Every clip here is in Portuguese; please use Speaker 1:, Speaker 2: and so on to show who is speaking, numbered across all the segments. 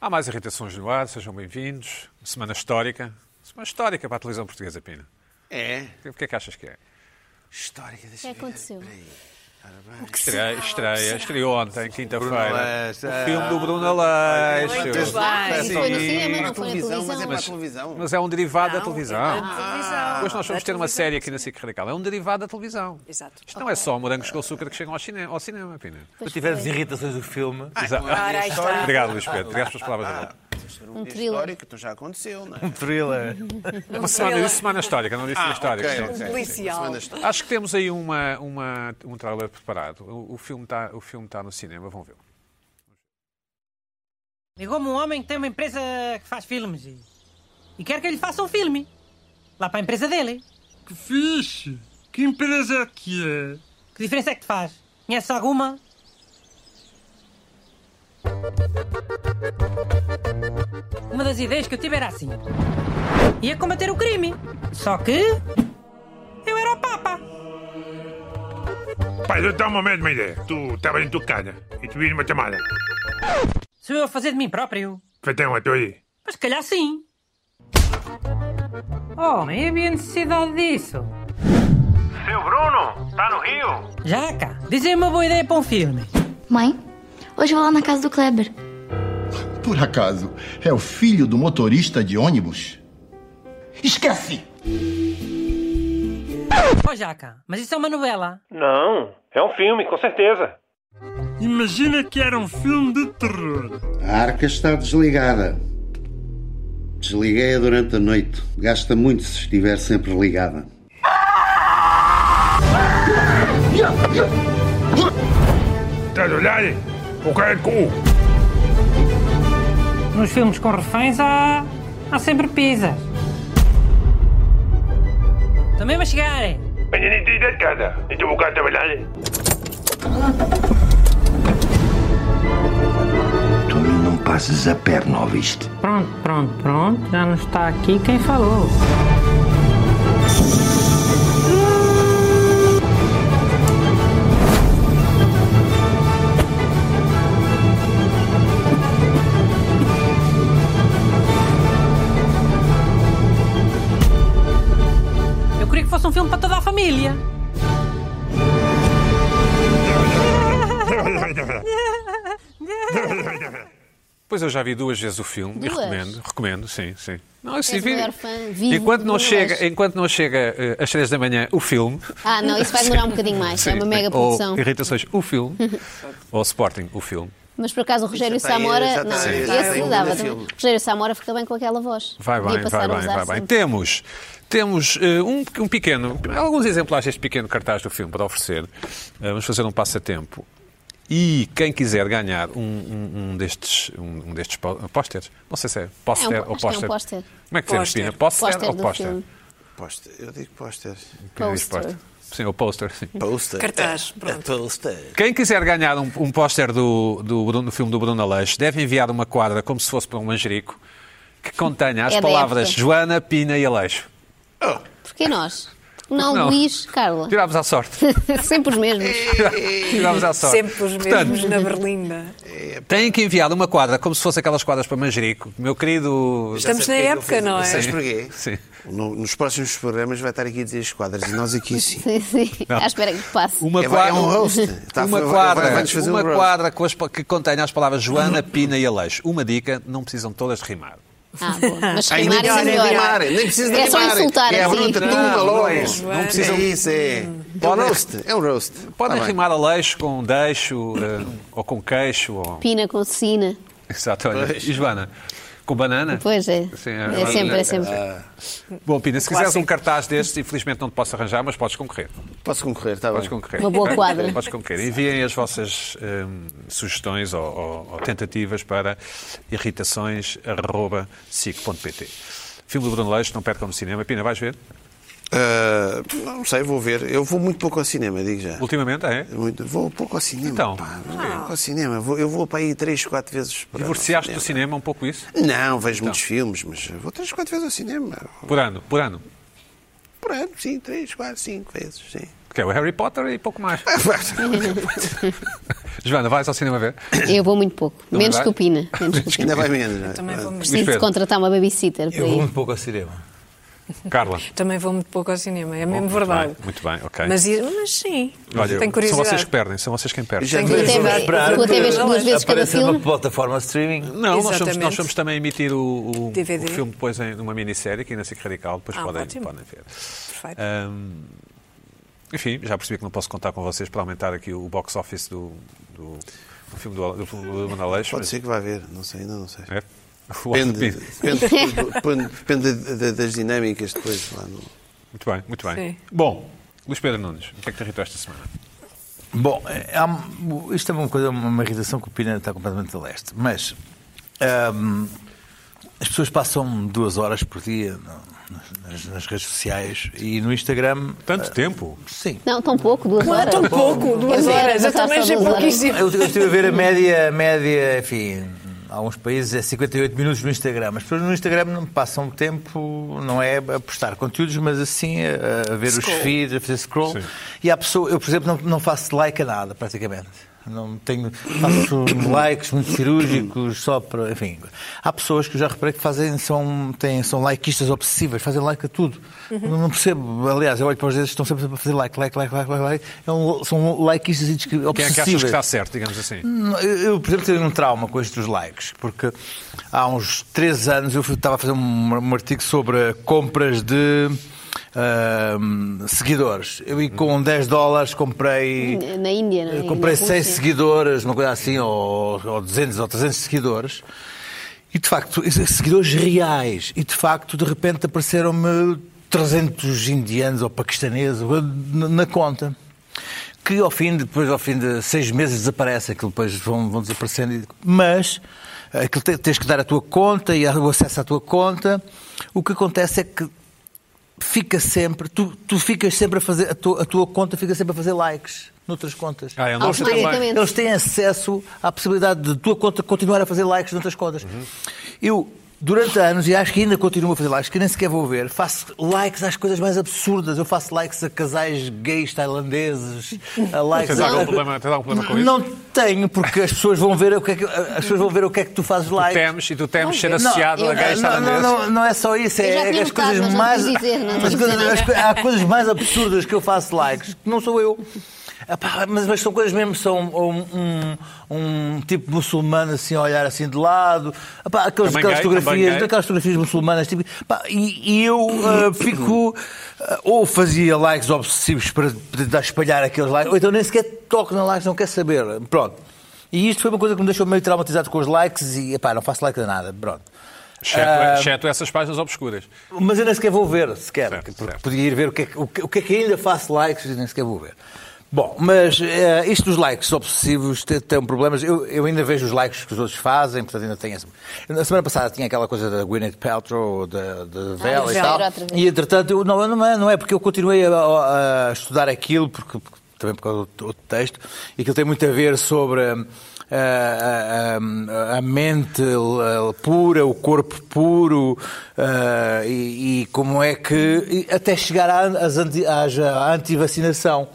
Speaker 1: Há mais irritações no ar, sejam bem-vindos. Semana histórica. Semana histórica para a televisão portuguesa, Pina.
Speaker 2: É?
Speaker 1: O que é que achas que é?
Speaker 2: Histórica,
Speaker 3: O que
Speaker 2: deixa eu ver.
Speaker 3: aconteceu?
Speaker 2: Peraí. Ora bem.
Speaker 1: Estreia, estreia, estreou ontem,
Speaker 4: é.
Speaker 1: quinta-feira.
Speaker 2: Leste.
Speaker 1: O filme do Bruno Aleixo.
Speaker 2: Muito
Speaker 4: Muito
Speaker 2: bem.
Speaker 4: bem.
Speaker 3: Isso assim, foi no cinema,
Speaker 2: Para
Speaker 3: não
Speaker 2: a
Speaker 3: foi na
Speaker 2: televisão, Mas é
Speaker 3: televisão.
Speaker 2: para a televisão.
Speaker 1: Mas é um derivado da
Speaker 4: Não, é
Speaker 1: televisão.
Speaker 4: da televisão.
Speaker 1: Depois nós vamos
Speaker 4: Da
Speaker 1: ter uma
Speaker 4: televisão.
Speaker 1: série aqui na SIC Radical. É um derivado da televisão.
Speaker 4: Exato.
Speaker 1: Isto não é só morangos com açúcar que chegam ao cinema, ao cinema Pina.
Speaker 3: Pois
Speaker 5: Se tivermos
Speaker 3: foi.
Speaker 5: irritações do filme,
Speaker 1: Exato.
Speaker 4: Ora, aí está.
Speaker 1: Obrigado, Luís Pedro. Obrigado pelas palavras dele.
Speaker 2: Um dia
Speaker 3: thriller.
Speaker 2: histórico, então já aconteceu, não é?
Speaker 5: um thriller.
Speaker 1: É uma semana, eu disse semana histórica, não disse histórica.
Speaker 2: ok,
Speaker 1: Sim,
Speaker 2: ok.
Speaker 1: sim.
Speaker 4: policial.
Speaker 2: Semana histórica.
Speaker 1: Acho que temos aí uma, uma- um trailer preparado. O, o filme está tá no cinema, vão vê-lo.
Speaker 6: Ligou-me um homem que tem uma empresa que faz filmes e, e quer que ele faça um filme. Lá para a empresa dele.
Speaker 7: Que fixe! Que empresa que é?
Speaker 6: Que diferença é que te faz? Conheces alguma? Uma das ideias que eu tive era assim: ia combater o crime. Só que. eu era o Papa.
Speaker 8: Pai, eu dá um momento, uma ideia. Tu estavas em tua casa né? e tu viste uma chamada.
Speaker 6: Sou eu a fazer de mim próprio.
Speaker 8: Fatão, estou é aí.
Speaker 6: Mas se calhar sim. Oh, e havia necessidade disso.
Speaker 8: Seu Bruno, está no Rio?
Speaker 6: Jaca, dizem uma boa ideia para um filme.
Speaker 9: Mãe, hoje eu vou lá na casa do Kleber.
Speaker 10: Por acaso, é o filho do motorista de ônibus? Esquece!
Speaker 6: Oh, Jaca, mas isso é uma novela.
Speaker 8: Não, é um filme, com certeza.
Speaker 7: Imagina que era um filme de terror.
Speaker 11: A arca está desligada. Desliguei-a durante a noite. Gasta muito se estiver sempre ligada.
Speaker 8: Estás a olhar? O cara é cu.
Speaker 6: Nos filmes com reféns há. há sempre pizzas. Também vai chegar, hein?
Speaker 8: Mas nem tens de casa. Então o cara está a olhar?
Speaker 11: Tu a mim não passes a perna, ouviste?
Speaker 6: Pronto, pronto, pronto. Já não está aqui quem falou. Eu queria que fosse um filme para toda a família.
Speaker 1: Pois eu já vi duas vezes o filme e
Speaker 3: Duas?
Speaker 1: recomendo, recomendo, sim, sim. Não, eu sim,
Speaker 3: o maior fã vivo
Speaker 1: enquanto,
Speaker 3: do
Speaker 1: não
Speaker 3: Bruno
Speaker 1: chega,
Speaker 3: Aleixo.
Speaker 1: enquanto não chega eh, às três da manhã o filme.
Speaker 3: Ah, não, isso vai demorar um bocadinho mais. É
Speaker 1: Sim,
Speaker 3: uma
Speaker 1: sim.
Speaker 3: mega produção.
Speaker 1: Ou Irritações, o filme. ou Sporting, o filme.
Speaker 3: Mas por acaso o Rogério
Speaker 2: já está é aí, já
Speaker 3: Samora.
Speaker 2: está
Speaker 3: Não,
Speaker 2: aí, já está
Speaker 3: esse
Speaker 2: aí um
Speaker 3: mudava.
Speaker 2: grande filme.
Speaker 3: Rogério Samora fica bem com aquela voz.
Speaker 1: Vai
Speaker 3: Devia
Speaker 1: bem, vai
Speaker 3: passar a
Speaker 1: bem,
Speaker 3: usar
Speaker 1: vai bem.
Speaker 3: sempre.
Speaker 1: Temos, temos eh, um, um pequeno, alguns exemplares deste pequeno cartaz do filme para oferecer. Eh, vamos fazer um passatempo. E quem quiser ganhar um, um- um destes, um, um destes pó- pósteres, não sei se é póster
Speaker 3: É um-
Speaker 1: ou
Speaker 3: acho que é um
Speaker 1: póster.
Speaker 3: póster.
Speaker 1: Como é que dizemos,
Speaker 4: Póster.
Speaker 1: Pina? Póster
Speaker 3: Póster
Speaker 1: ou
Speaker 3: do
Speaker 1: póster?
Speaker 3: filme.
Speaker 2: Poster. Eu digo posters.
Speaker 1: Pina diz
Speaker 3: Poster.
Speaker 1: Sim, ou póster, sim.
Speaker 2: Poster.
Speaker 4: Cartaz,
Speaker 2: É,
Speaker 4: pronto.
Speaker 2: Poster.
Speaker 1: Quem quiser ganhar um, um póster do, do, Bruno- do filme do Bruno Aleixo deve enviar uma quadra como se fosse para um manjerico que contenha as
Speaker 3: É da
Speaker 1: palavras
Speaker 3: época.
Speaker 1: Joana, Pina e Aleixo.
Speaker 3: Porquê nós? Não,
Speaker 1: não?
Speaker 3: Luís, Carla.
Speaker 1: Tirámos à sorte.
Speaker 3: sempre os mesmos.
Speaker 2: É.
Speaker 1: Tirámos à sorte.
Speaker 4: Sempre os mesmos
Speaker 1: Portanto,
Speaker 4: na Berlinda.
Speaker 1: têm que enviar uma quadra como se fosse aquelas quadras para manjerico. Meu querido.
Speaker 4: Estamos na época, não é?
Speaker 2: Sabes porquê?
Speaker 1: Sim.
Speaker 2: No- nos próximos programas vai estar aqui a dizer as quadras e nós aqui assim. sim.
Speaker 3: Sim, sim. À espera que passe.
Speaker 1: Uma
Speaker 2: É, vai-
Speaker 1: quadra,
Speaker 2: é um roast. Tá,
Speaker 1: uma
Speaker 2: vai- vai-
Speaker 1: quadra,
Speaker 2: vai-nos fazer um
Speaker 1: uma
Speaker 2: roast.
Speaker 1: quadra com as pa- que contenha as palavras Joana, Pina e Aleixo. Uma dica, não precisam todas rimar.
Speaker 3: Ah, boa. Mas
Speaker 2: Aí nem
Speaker 3: queimar
Speaker 2: precisa
Speaker 3: é
Speaker 2: de
Speaker 3: melhor.
Speaker 2: animar, nem precisa de
Speaker 3: É só
Speaker 2: animar.
Speaker 3: insultar
Speaker 2: É a
Speaker 3: assim.
Speaker 2: bruta
Speaker 3: Não,
Speaker 2: tumba logo.
Speaker 1: não é.
Speaker 2: precisa. É isso, é. É um roast. É um roast.
Speaker 1: Podem
Speaker 2: Tá bem.
Speaker 1: rimar Aleixo com deixo, eh, ou com queixo, ou...
Speaker 3: Pina com sina.
Speaker 1: Exato, olha. E Joana? Com banana?
Speaker 3: Pois é.
Speaker 1: Sim, é-
Speaker 3: é sempre, é sempre.
Speaker 2: Ah.
Speaker 1: Bom, Pina, se quiseres um cartaz destes, infelizmente não te posso arranjar, mas podes concorrer.
Speaker 2: Posso concorrer, está bem.
Speaker 1: Podes concorrer.
Speaker 3: Uma boa quadra.
Speaker 1: Podes concorrer. Enviem as vossas hum, sugestões ou, ou- ou tentativas para irritações.sic.pt. Filme do Bruno Leixo, não percam no cinema. Pina, vais ver?
Speaker 2: Ah, não sei, vou ver. Eu vou muito pouco ao cinema, digo já.
Speaker 1: Ultimamente, é?
Speaker 2: Muito- vou um pouco ao cinema.
Speaker 1: Então.
Speaker 2: pá. Vou um pouco ao cinema. Vou- eu vou para aí três, quatro vezes. por ano ao
Speaker 1: Divorciaste do cinema um pouco isso?
Speaker 2: Não, vejo muitos filmes, mas vou três, quatro vezes ao cinema.
Speaker 1: Por ano, por ano.
Speaker 2: Por ano, sim, três, quatro, cinco vezes, sim.
Speaker 1: Que é o Harry Potter e pouco mais. Joana, vais ao cinema ver?
Speaker 3: Eu vou muito pouco.
Speaker 1: Não
Speaker 3: Menos
Speaker 1: vai?
Speaker 3: que o Pina. Menos que o Pina.
Speaker 2: Ainda vai menos, não é?
Speaker 4: Também vou, muito-
Speaker 3: Preciso de
Speaker 1: Pedro?
Speaker 3: contratar uma babysitter para
Speaker 5: Eu vou
Speaker 3: ir.
Speaker 5: muito pouco ao cinema.
Speaker 1: Carla.
Speaker 4: também vou muito pouco ao cinema, é mesmo
Speaker 1: Muito
Speaker 4: verdade.
Speaker 1: bem, muito bem, ok.
Speaker 4: Mas, ir- mas sim,
Speaker 1: Olha,
Speaker 4: tenho
Speaker 1: são
Speaker 4: curiosidade.
Speaker 1: vocês que perdem, são vocês quem perdem.
Speaker 2: Já
Speaker 4: Tenho
Speaker 2: vejo.
Speaker 3: Até
Speaker 4: curiosidade.
Speaker 3: ver- tu até vês duas vezes cada
Speaker 5: Aparece numa
Speaker 3: filme.
Speaker 5: plataforma de streaming.
Speaker 1: Não, nós somos,
Speaker 4: Exatamente.
Speaker 1: nós somos também emitir o, o-
Speaker 4: DVD.
Speaker 1: o filme depois em, numa minissérie aqui na SIC Radical, depois
Speaker 4: Ah,
Speaker 1: podem,
Speaker 4: ótimo.
Speaker 1: podem ver.
Speaker 4: Perfeito.
Speaker 1: Ahm, enfim, já percebi que não posso contar com vocês para aumentar aqui o box office do, do, do filme do, do, do Manuel Leixo,
Speaker 2: Pode
Speaker 1: mas-
Speaker 2: ser que vá haver, não sei, ainda não sei.
Speaker 1: É? O
Speaker 2: Depende,
Speaker 1: Ortopide.
Speaker 2: depende, depende- depende da- da- das dinâmicas depois lá no.
Speaker 1: Muito bem, muito bem.
Speaker 4: Sim.
Speaker 1: Bom, Luís Pedro Nunes, o que é que te irritou esta semana?
Speaker 5: Bom, eh, há um- isto é uma coisa, uma irritação que o Pina está completamente a leste. Mas ahm, as pessoas passam duas horas por dia no- nas, nas redes sociais e no Instagram.
Speaker 2: É,
Speaker 1: Tanto tempo?
Speaker 5: Sim.
Speaker 3: Não, tão pouco, duas horas.
Speaker 4: É Tão pouco, duas
Speaker 3: Eu
Speaker 4: horas. Eu
Speaker 3: passar
Speaker 4: também
Speaker 3: só
Speaker 4: achei
Speaker 3: duas horas.
Speaker 4: pouquíssimo.
Speaker 5: Eu, eu estive a ver a média, a média, enfim, em alguns países é 58 minutos no Instagram. As pessoas no Instagram não passam tempo, não é a postar conteúdos, mas assim a, a ver os feeds, a fazer scroll.
Speaker 1: Sim.
Speaker 5: E há pessoa, eu por exemplo não, não faço like a nada, praticamente. Não tenho, faço likes muito cirúrgicos, só para. Enfim. Há pessoas que eu já reparei que fazem, são, têm, são likeistas obsessivas, fazem like a tudo. Não, não percebo. Aliás, eu olho para os dedos, estão sempre a fazer like, like, like, like, like, like. É um- são likeistas indescri-
Speaker 1: Quem é que achas que
Speaker 5: obsessivas.
Speaker 1: está certo, digamos assim?
Speaker 5: Não, Eu, eu, por exemplo, tenho um trauma com isto dos likes, porque há uns três anos eu fui- estava a fazer um, um artigo sobre compras de ahm, seguidores. Eu e com 10 dólares comprei.
Speaker 3: Na Índia, não é?
Speaker 5: Eu comprei
Speaker 3: Na
Speaker 5: 100
Speaker 3: Rússia.
Speaker 5: seguidores, uma coisa assim, ou, ou 200 ou 300 seguidores. E de facto, esses seguidores reais. E de facto, de repente apareceram-me 300 indianos ou paquistaneses ou- na, na conta. Que ao fim, de- depois ao fim de seis meses desaparece, aquilo depois vão, vão desaparecendo. e- Mas aquilo te- tens que dar a tua conta e o acesso à tua conta. O que acontece é que fica sempre, tu, tu ficas sempre a fazer, a tua, a tua conta fica sempre a fazer likes noutras contas.
Speaker 1: Ah, é
Speaker 5: Eles
Speaker 1: nossa
Speaker 5: têm-
Speaker 3: também.
Speaker 5: Eles têm acesso à possibilidade de tua conta continuar a fazer likes noutras contas. Eu, durante anos, e acho que ainda continuo a fazer likes, que nem sequer vou ver, faço likes às coisas mais absurdas. Eu faço likes a casais gays tailandeses, a likes
Speaker 1: Tens algum
Speaker 5: a...
Speaker 1: problema, tens algum problema com isso?
Speaker 5: Não tenho, porque as pessoas vão ver o que é que, as pessoas vão ver o que é que tu fazes
Speaker 1: Tu
Speaker 5: likes.
Speaker 1: temes e tu temes ser
Speaker 5: Não,
Speaker 1: associado
Speaker 3: eu-
Speaker 1: a gays
Speaker 5: Não, não,
Speaker 1: tailandeses?
Speaker 5: não, não é só isso,
Speaker 3: Eu já
Speaker 5: é,
Speaker 3: tinha
Speaker 5: as coisas
Speaker 3: notado, mas
Speaker 5: mais.
Speaker 3: não quis dizer, não
Speaker 5: as
Speaker 3: quis
Speaker 5: coisas-
Speaker 3: dizer
Speaker 5: as co- há coisas mais absurdas que eu faço likes que não sou eu. Epá, mas, mas são coisas mesmo, são um, um- um tipo muçulmano assim a olhar assim de lado, Epá, aquelas,
Speaker 1: Também gay,
Speaker 5: aquelas
Speaker 1: também
Speaker 5: fotografias,
Speaker 1: gay.
Speaker 5: aquelas fotografias muçulmanas, tipo, pá, e, e eu ah, fico ah, ou fazia likes obsessivos para tentar espalhar aqueles likes, ou então nem sequer toco na likes, não quero saber. Pronto. E isto foi uma coisa que me deixou meio traumatizado com os likes e epá, não faço like a nada. Pronto.
Speaker 1: Exceto, exceto essas páginas obscuras.
Speaker 5: Mas eu nem sequer vou ver, sequer.
Speaker 1: Certo,
Speaker 5: porque
Speaker 1: certo.
Speaker 5: podia ir ver o que, é, que- o, que, o que é que ainda faço likes e nem sequer vou ver. Bom, mas eh, isto dos likes obsessivos te- tem, problemas. Eu, eu ainda vejo os likes que os outros fazem, portanto ainda tenho esse... Na semana passada tinha aquela coisa da Gwyneth Paltrow, da, da Vela e
Speaker 3: Vera,
Speaker 5: tal.
Speaker 3: outra vez.
Speaker 5: E entretanto, eu, não, não, é, não é porque eu continuei a, a estudar aquilo, porque, porque- também por causa do outro texto, e aquilo tem muito a ver sobre hum, a, a- a- a mente l- pura, o corpo puro, ah, e, e como é que. e até chegar à- às anti- às, eh, à antivacinação,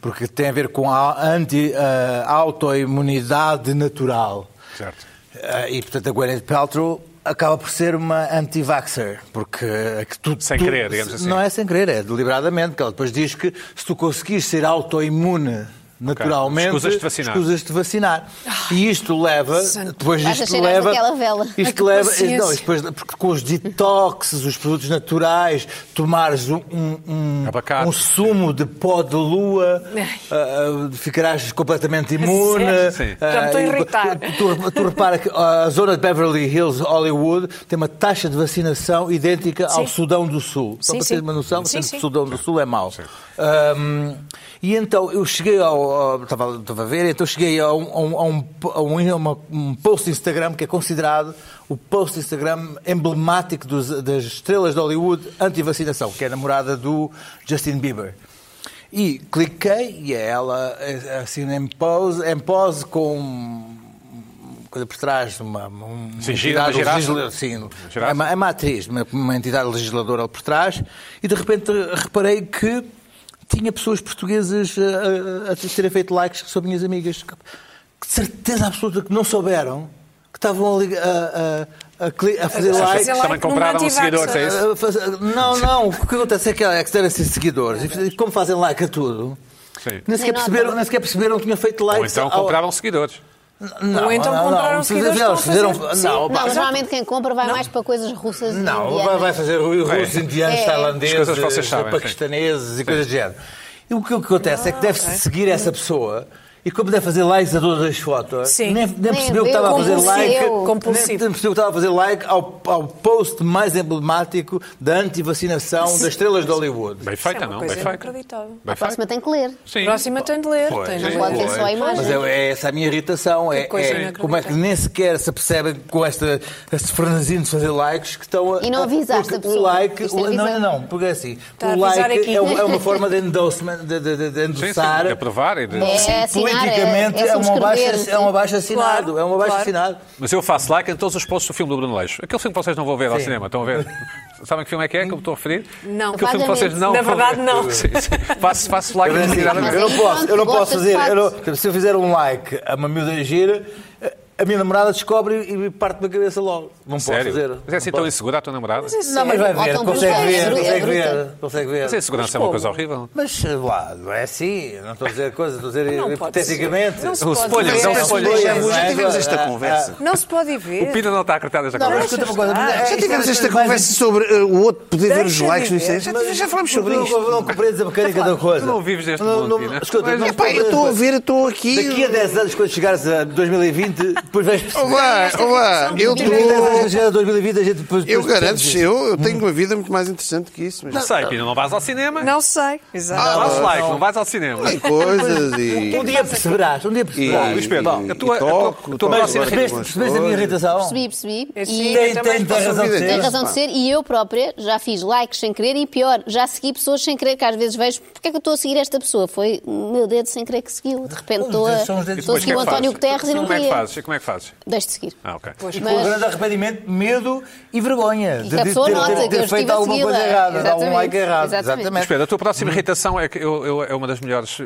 Speaker 5: porque tem a ver com a anti, ah, autoimunidade natural.
Speaker 1: Certo.
Speaker 5: Ah, e portanto a Gwyneth Paltrow acaba por ser uma anti-vaxxer, porque é que tu,
Speaker 1: Sem
Speaker 5: tu-
Speaker 1: querer, digamos assim.
Speaker 5: Não é sem querer, é deliberadamente, que ela depois diz que se tu conseguires ser autoimune naturalmente,
Speaker 1: Escusas-te de vacinar.
Speaker 5: escusas-te de vacinar. E isto leva,
Speaker 4: Ah, santo.
Speaker 5: depois
Speaker 3: Vais a
Speaker 5: isto
Speaker 3: cheirar
Speaker 5: leva,
Speaker 3: daquela vela.
Speaker 4: Ai, que
Speaker 5: isto leva, eh,
Speaker 4: paciência.
Speaker 5: não, isto depois, porque com os detoxes, os produtos naturais, tomares um, um- um,
Speaker 1: Abacate.
Speaker 5: um sumo de pó de lua,
Speaker 4: Ai.
Speaker 5: ah, ah, ficarás completamente imune.
Speaker 1: Sim.
Speaker 5: ah,
Speaker 4: Já me estou a
Speaker 5: e-
Speaker 4: irritar.
Speaker 5: Tu, tu repara que a zona de Beverly Hills, Hollywood, tem uma taxa de vacinação idêntica ao
Speaker 4: Sim.
Speaker 5: Sudão do Sul. Só
Speaker 4: Sim,
Speaker 5: para
Speaker 4: sim.
Speaker 5: teres uma noção,
Speaker 4: Sim,
Speaker 5: sendo que
Speaker 4: sim.
Speaker 5: o Sudão do Sul é mau. Ahm, e então eu cheguei ao. ao- Estava, estava a ver, então cheguei a um, a um- a um- a um- a uma- um post do Instagram que é considerado o post do Instagram emblemático dos- das estrelas de Hollywood anti-vacinação, que é a namorada do Justin Bieber. E cliquei e é ela eh, assim em pose, em pose com um, uma coisa por trás, uma, uma, uma
Speaker 1: Sim, gira, uma girafa.
Speaker 5: legisla- sim,
Speaker 1: girafa.
Speaker 5: é uma, é uma atriz, uma, uma entidade legisladora por trás, e de repente reparei que tinha pessoas portuguesas eh, a, a terem feito likes que são minhas amigas. que de certeza absoluta que não souberam que estavam a, lig- a- a- a cli- a fazer
Speaker 4: Fazer
Speaker 5: likes.
Speaker 4: like
Speaker 1: Também
Speaker 4: no
Speaker 1: compraram
Speaker 4: anti-vaxxer.
Speaker 1: seguidores, é isso?
Speaker 5: a fazer- Ah, Não, não, o que acontece é que é que deram assim seguidores e como fazem like a tudo,
Speaker 1: Sim.
Speaker 5: nem sequer
Speaker 3: Nem nota.
Speaker 5: perceberam, nem sequer perceberam que tinham feito like.
Speaker 1: Ou então compravam seguidores.
Speaker 5: Não,
Speaker 4: Ou então
Speaker 5: não, não,
Speaker 4: compraram
Speaker 5: eles
Speaker 4: seguidores
Speaker 5: fizeram-
Speaker 4: para fazer-
Speaker 5: fizeram-
Speaker 4: Sim,
Speaker 5: Não,
Speaker 4: não,
Speaker 5: pá,
Speaker 3: mas normalmente quem compra vai mais para coisas russas e
Speaker 5: Não, vai-
Speaker 3: indianas.
Speaker 5: vai fazer ru- russos, indianos,
Speaker 1: As
Speaker 3: É.
Speaker 1: coisas que
Speaker 5: tailandeses,
Speaker 1: vocês sabem,
Speaker 5: paquistaneses e coisas do género. E o que, o que acontece é
Speaker 4: Ah,
Speaker 5: que deve-se seguir essa pessoa e como deve fazer likes a todas as fotos,
Speaker 4: Sim.
Speaker 5: nem, nem
Speaker 4: Nem
Speaker 5: percebeu que
Speaker 3: viu.
Speaker 5: estava a fazer like,
Speaker 4: Compulsivo. Compulsivo.
Speaker 5: Nem, nem percebeu que estava a fazer like ao, ao post mais emblemático da antivacinação das estrelas de Hollywood.
Speaker 1: Bem
Speaker 4: Isso é
Speaker 1: feita,
Speaker 4: uma
Speaker 1: não?
Speaker 4: coisa
Speaker 1: Bem feita.
Speaker 4: inacreditável.
Speaker 1: Bem
Speaker 3: A
Speaker 1: feita.
Speaker 3: próxima tem que ler.
Speaker 1: Sim.
Speaker 4: Próxima tem de ler.
Speaker 5: Pois,
Speaker 4: tem
Speaker 5: é,
Speaker 4: de
Speaker 3: pode ter
Speaker 4: ler.
Speaker 3: só a imagem.
Speaker 5: Mas é, é essa a minha irritação. É,
Speaker 4: coisa
Speaker 5: é como é que
Speaker 4: inacreditável.
Speaker 5: nem sequer se percebe com esta, este frenesinho de fazer likes que estão a.
Speaker 3: E não avisaste
Speaker 5: porque
Speaker 3: a pessoa.
Speaker 5: O like.
Speaker 3: Isto
Speaker 5: o-
Speaker 3: avisa.
Speaker 5: não, não, não, porque é assim.
Speaker 4: Está a
Speaker 5: o
Speaker 4: avisar
Speaker 5: like
Speaker 4: aqui.
Speaker 5: é, uma- é uma forma de endorsement, de, de, de, de
Speaker 1: Sim,
Speaker 5: endossar.
Speaker 1: sim, de aprovar e de...
Speaker 3: É assinar,
Speaker 5: Politicamente é, um
Speaker 3: subscrever,
Speaker 5: abaixo, é um
Speaker 3: sim.
Speaker 5: abaixo assinado.
Speaker 4: Claro,
Speaker 5: é um abaixo
Speaker 4: claro.
Speaker 5: assinado.
Speaker 1: Mas eu faço like em todos os posts do filme do Bruno Leixo. Aquele filme que vocês não vão ver ao cinema, estão a ver? Sabem que filme é que é que eu me estou a referir?
Speaker 4: Não.
Speaker 1: Aquele filme que vocês não
Speaker 4: Na
Speaker 1: vão
Speaker 4: verdade,
Speaker 1: ver.
Speaker 4: não.
Speaker 1: Sim, sim. Faço, faço like
Speaker 5: Eu
Speaker 1: em
Speaker 5: não,
Speaker 1: nada a ver.
Speaker 3: mas
Speaker 5: eu
Speaker 3: aí
Speaker 5: não posso, eu não
Speaker 3: pronto,
Speaker 5: posso
Speaker 3: gosta de
Speaker 5: fazer. eu não- se eu fizer um like a uma miúda gira, a minha namorada descobre e parte-me a cabeça logo. Não posso
Speaker 1: Sério?
Speaker 5: fazer.
Speaker 1: Mas é assim tão
Speaker 5: Não posso.
Speaker 1: insegura a tua namorada?
Speaker 4: Mas é
Speaker 5: Não, mas vai
Speaker 3: Ou
Speaker 5: ver,
Speaker 3: tão
Speaker 5: consegue
Speaker 3: bruta, é
Speaker 5: ver,
Speaker 3: bruta,
Speaker 5: consegue
Speaker 3: é
Speaker 5: ver,
Speaker 3: bruta.
Speaker 5: consegue ver.
Speaker 1: Mas a insegurança é uma
Speaker 4: como?
Speaker 1: coisa horrível.
Speaker 5: Mas sei lá, não é assim, não estou a dizer coisas, estou a dizer
Speaker 4: Não pode ser.
Speaker 5: hipoteticamente.
Speaker 4: Não se
Speaker 1: Os
Speaker 4: pode
Speaker 1: folhas,
Speaker 4: ver.
Speaker 1: é um
Speaker 4: Não se
Speaker 1: folhas.
Speaker 4: pode
Speaker 5: Não,
Speaker 4: ver.
Speaker 5: mas-
Speaker 2: Já tivemos esta conversa. Ah,
Speaker 4: Não se pode
Speaker 1: O
Speaker 4: ver.
Speaker 1: Pina não está a acreditar nesta
Speaker 5: Não, mas
Speaker 1: conversa.
Speaker 5: escuta uma coisa. mas é-
Speaker 2: Já
Speaker 5: isto é
Speaker 2: tivemos esta
Speaker 5: mais- um-
Speaker 2: conversa sobre eh, o outro poder ver os
Speaker 4: Deixa-me
Speaker 2: likes no
Speaker 4: ver.
Speaker 2: Instagram. Já tivemos- Já falámos sobre
Speaker 5: não,
Speaker 2: isto.
Speaker 5: Não compreendes a mecânica da coisa.
Speaker 1: Tu não vives neste
Speaker 5: Não,
Speaker 1: mundo,
Speaker 5: não-
Speaker 1: Pina.
Speaker 5: Escuta,
Speaker 1: Mas-
Speaker 5: não
Speaker 2: Epá, eu estou a ver, eu estou aqui.
Speaker 5: Daqui a 10 anos, quando chegares a 2020, depois vais perceber.
Speaker 2: Olá, olá, eu
Speaker 5: Daqui a 10 anos, quando
Speaker 2: estou.
Speaker 5: chegares a 2020, a gente depois.
Speaker 2: Eu
Speaker 5: depois
Speaker 2: garanto,
Speaker 5: percebes isso.
Speaker 2: eu tenho uma vida muito mais interessante que isso.
Speaker 1: Não
Speaker 2: Mas
Speaker 1: sei, Pina, não vais ao cinema.
Speaker 4: Não sei. Exato.
Speaker 1: Faz like, não vais ao cinema.
Speaker 2: tem coisas e.
Speaker 5: Um dia perceberás, um dia
Speaker 1: Bom,
Speaker 5: perceberás.
Speaker 1: Luís Pedro,
Speaker 2: e-
Speaker 1: a tua, a
Speaker 2: e
Speaker 1: tua,
Speaker 2: toco,
Speaker 1: a tua
Speaker 2: toco
Speaker 5: Mas
Speaker 1: próxima
Speaker 2: agora
Speaker 5: percebeste,
Speaker 2: com as
Speaker 5: percebeste a minha
Speaker 2: coisas.
Speaker 5: irritação?
Speaker 3: Percebi, percebi.
Speaker 4: Eu
Speaker 3: E
Speaker 4: sei.
Speaker 5: Tem, tem, tem razão de
Speaker 3: tem
Speaker 5: ser.
Speaker 3: razão de ser. E eu própria já fiz likes sem querer e pior, já segui pessoas sem querer, que às vezes vejo porque é que eu estou a seguir esta pessoa. Foi o meu dedo sem querer que seguiu. De repente estou a,
Speaker 5: São os dedos.
Speaker 1: E
Speaker 5: Depois
Speaker 3: estou a
Speaker 1: depois,
Speaker 3: seguir o
Speaker 1: que é que
Speaker 3: António
Speaker 1: fazes?
Speaker 3: Guterres e não
Speaker 1: Como é que
Speaker 3: queria.
Speaker 1: fazes? Como é que fazes?
Speaker 3: Deixo de seguir.
Speaker 1: Ah, ok.
Speaker 5: Com grande arrependimento, medo e vergonha de
Speaker 3: que a
Speaker 5: de
Speaker 3: pessoa nota
Speaker 5: ter,
Speaker 3: que eu
Speaker 5: ter
Speaker 3: estive
Speaker 5: feito
Speaker 3: a
Speaker 5: alguma coisa
Speaker 3: segui-la.
Speaker 5: errada, de algum
Speaker 3: Exatamente,
Speaker 5: like errado.
Speaker 3: exatamente.
Speaker 1: Mas Pedro, a tua próxima irritação é que eu, eu- é uma das melhores eh,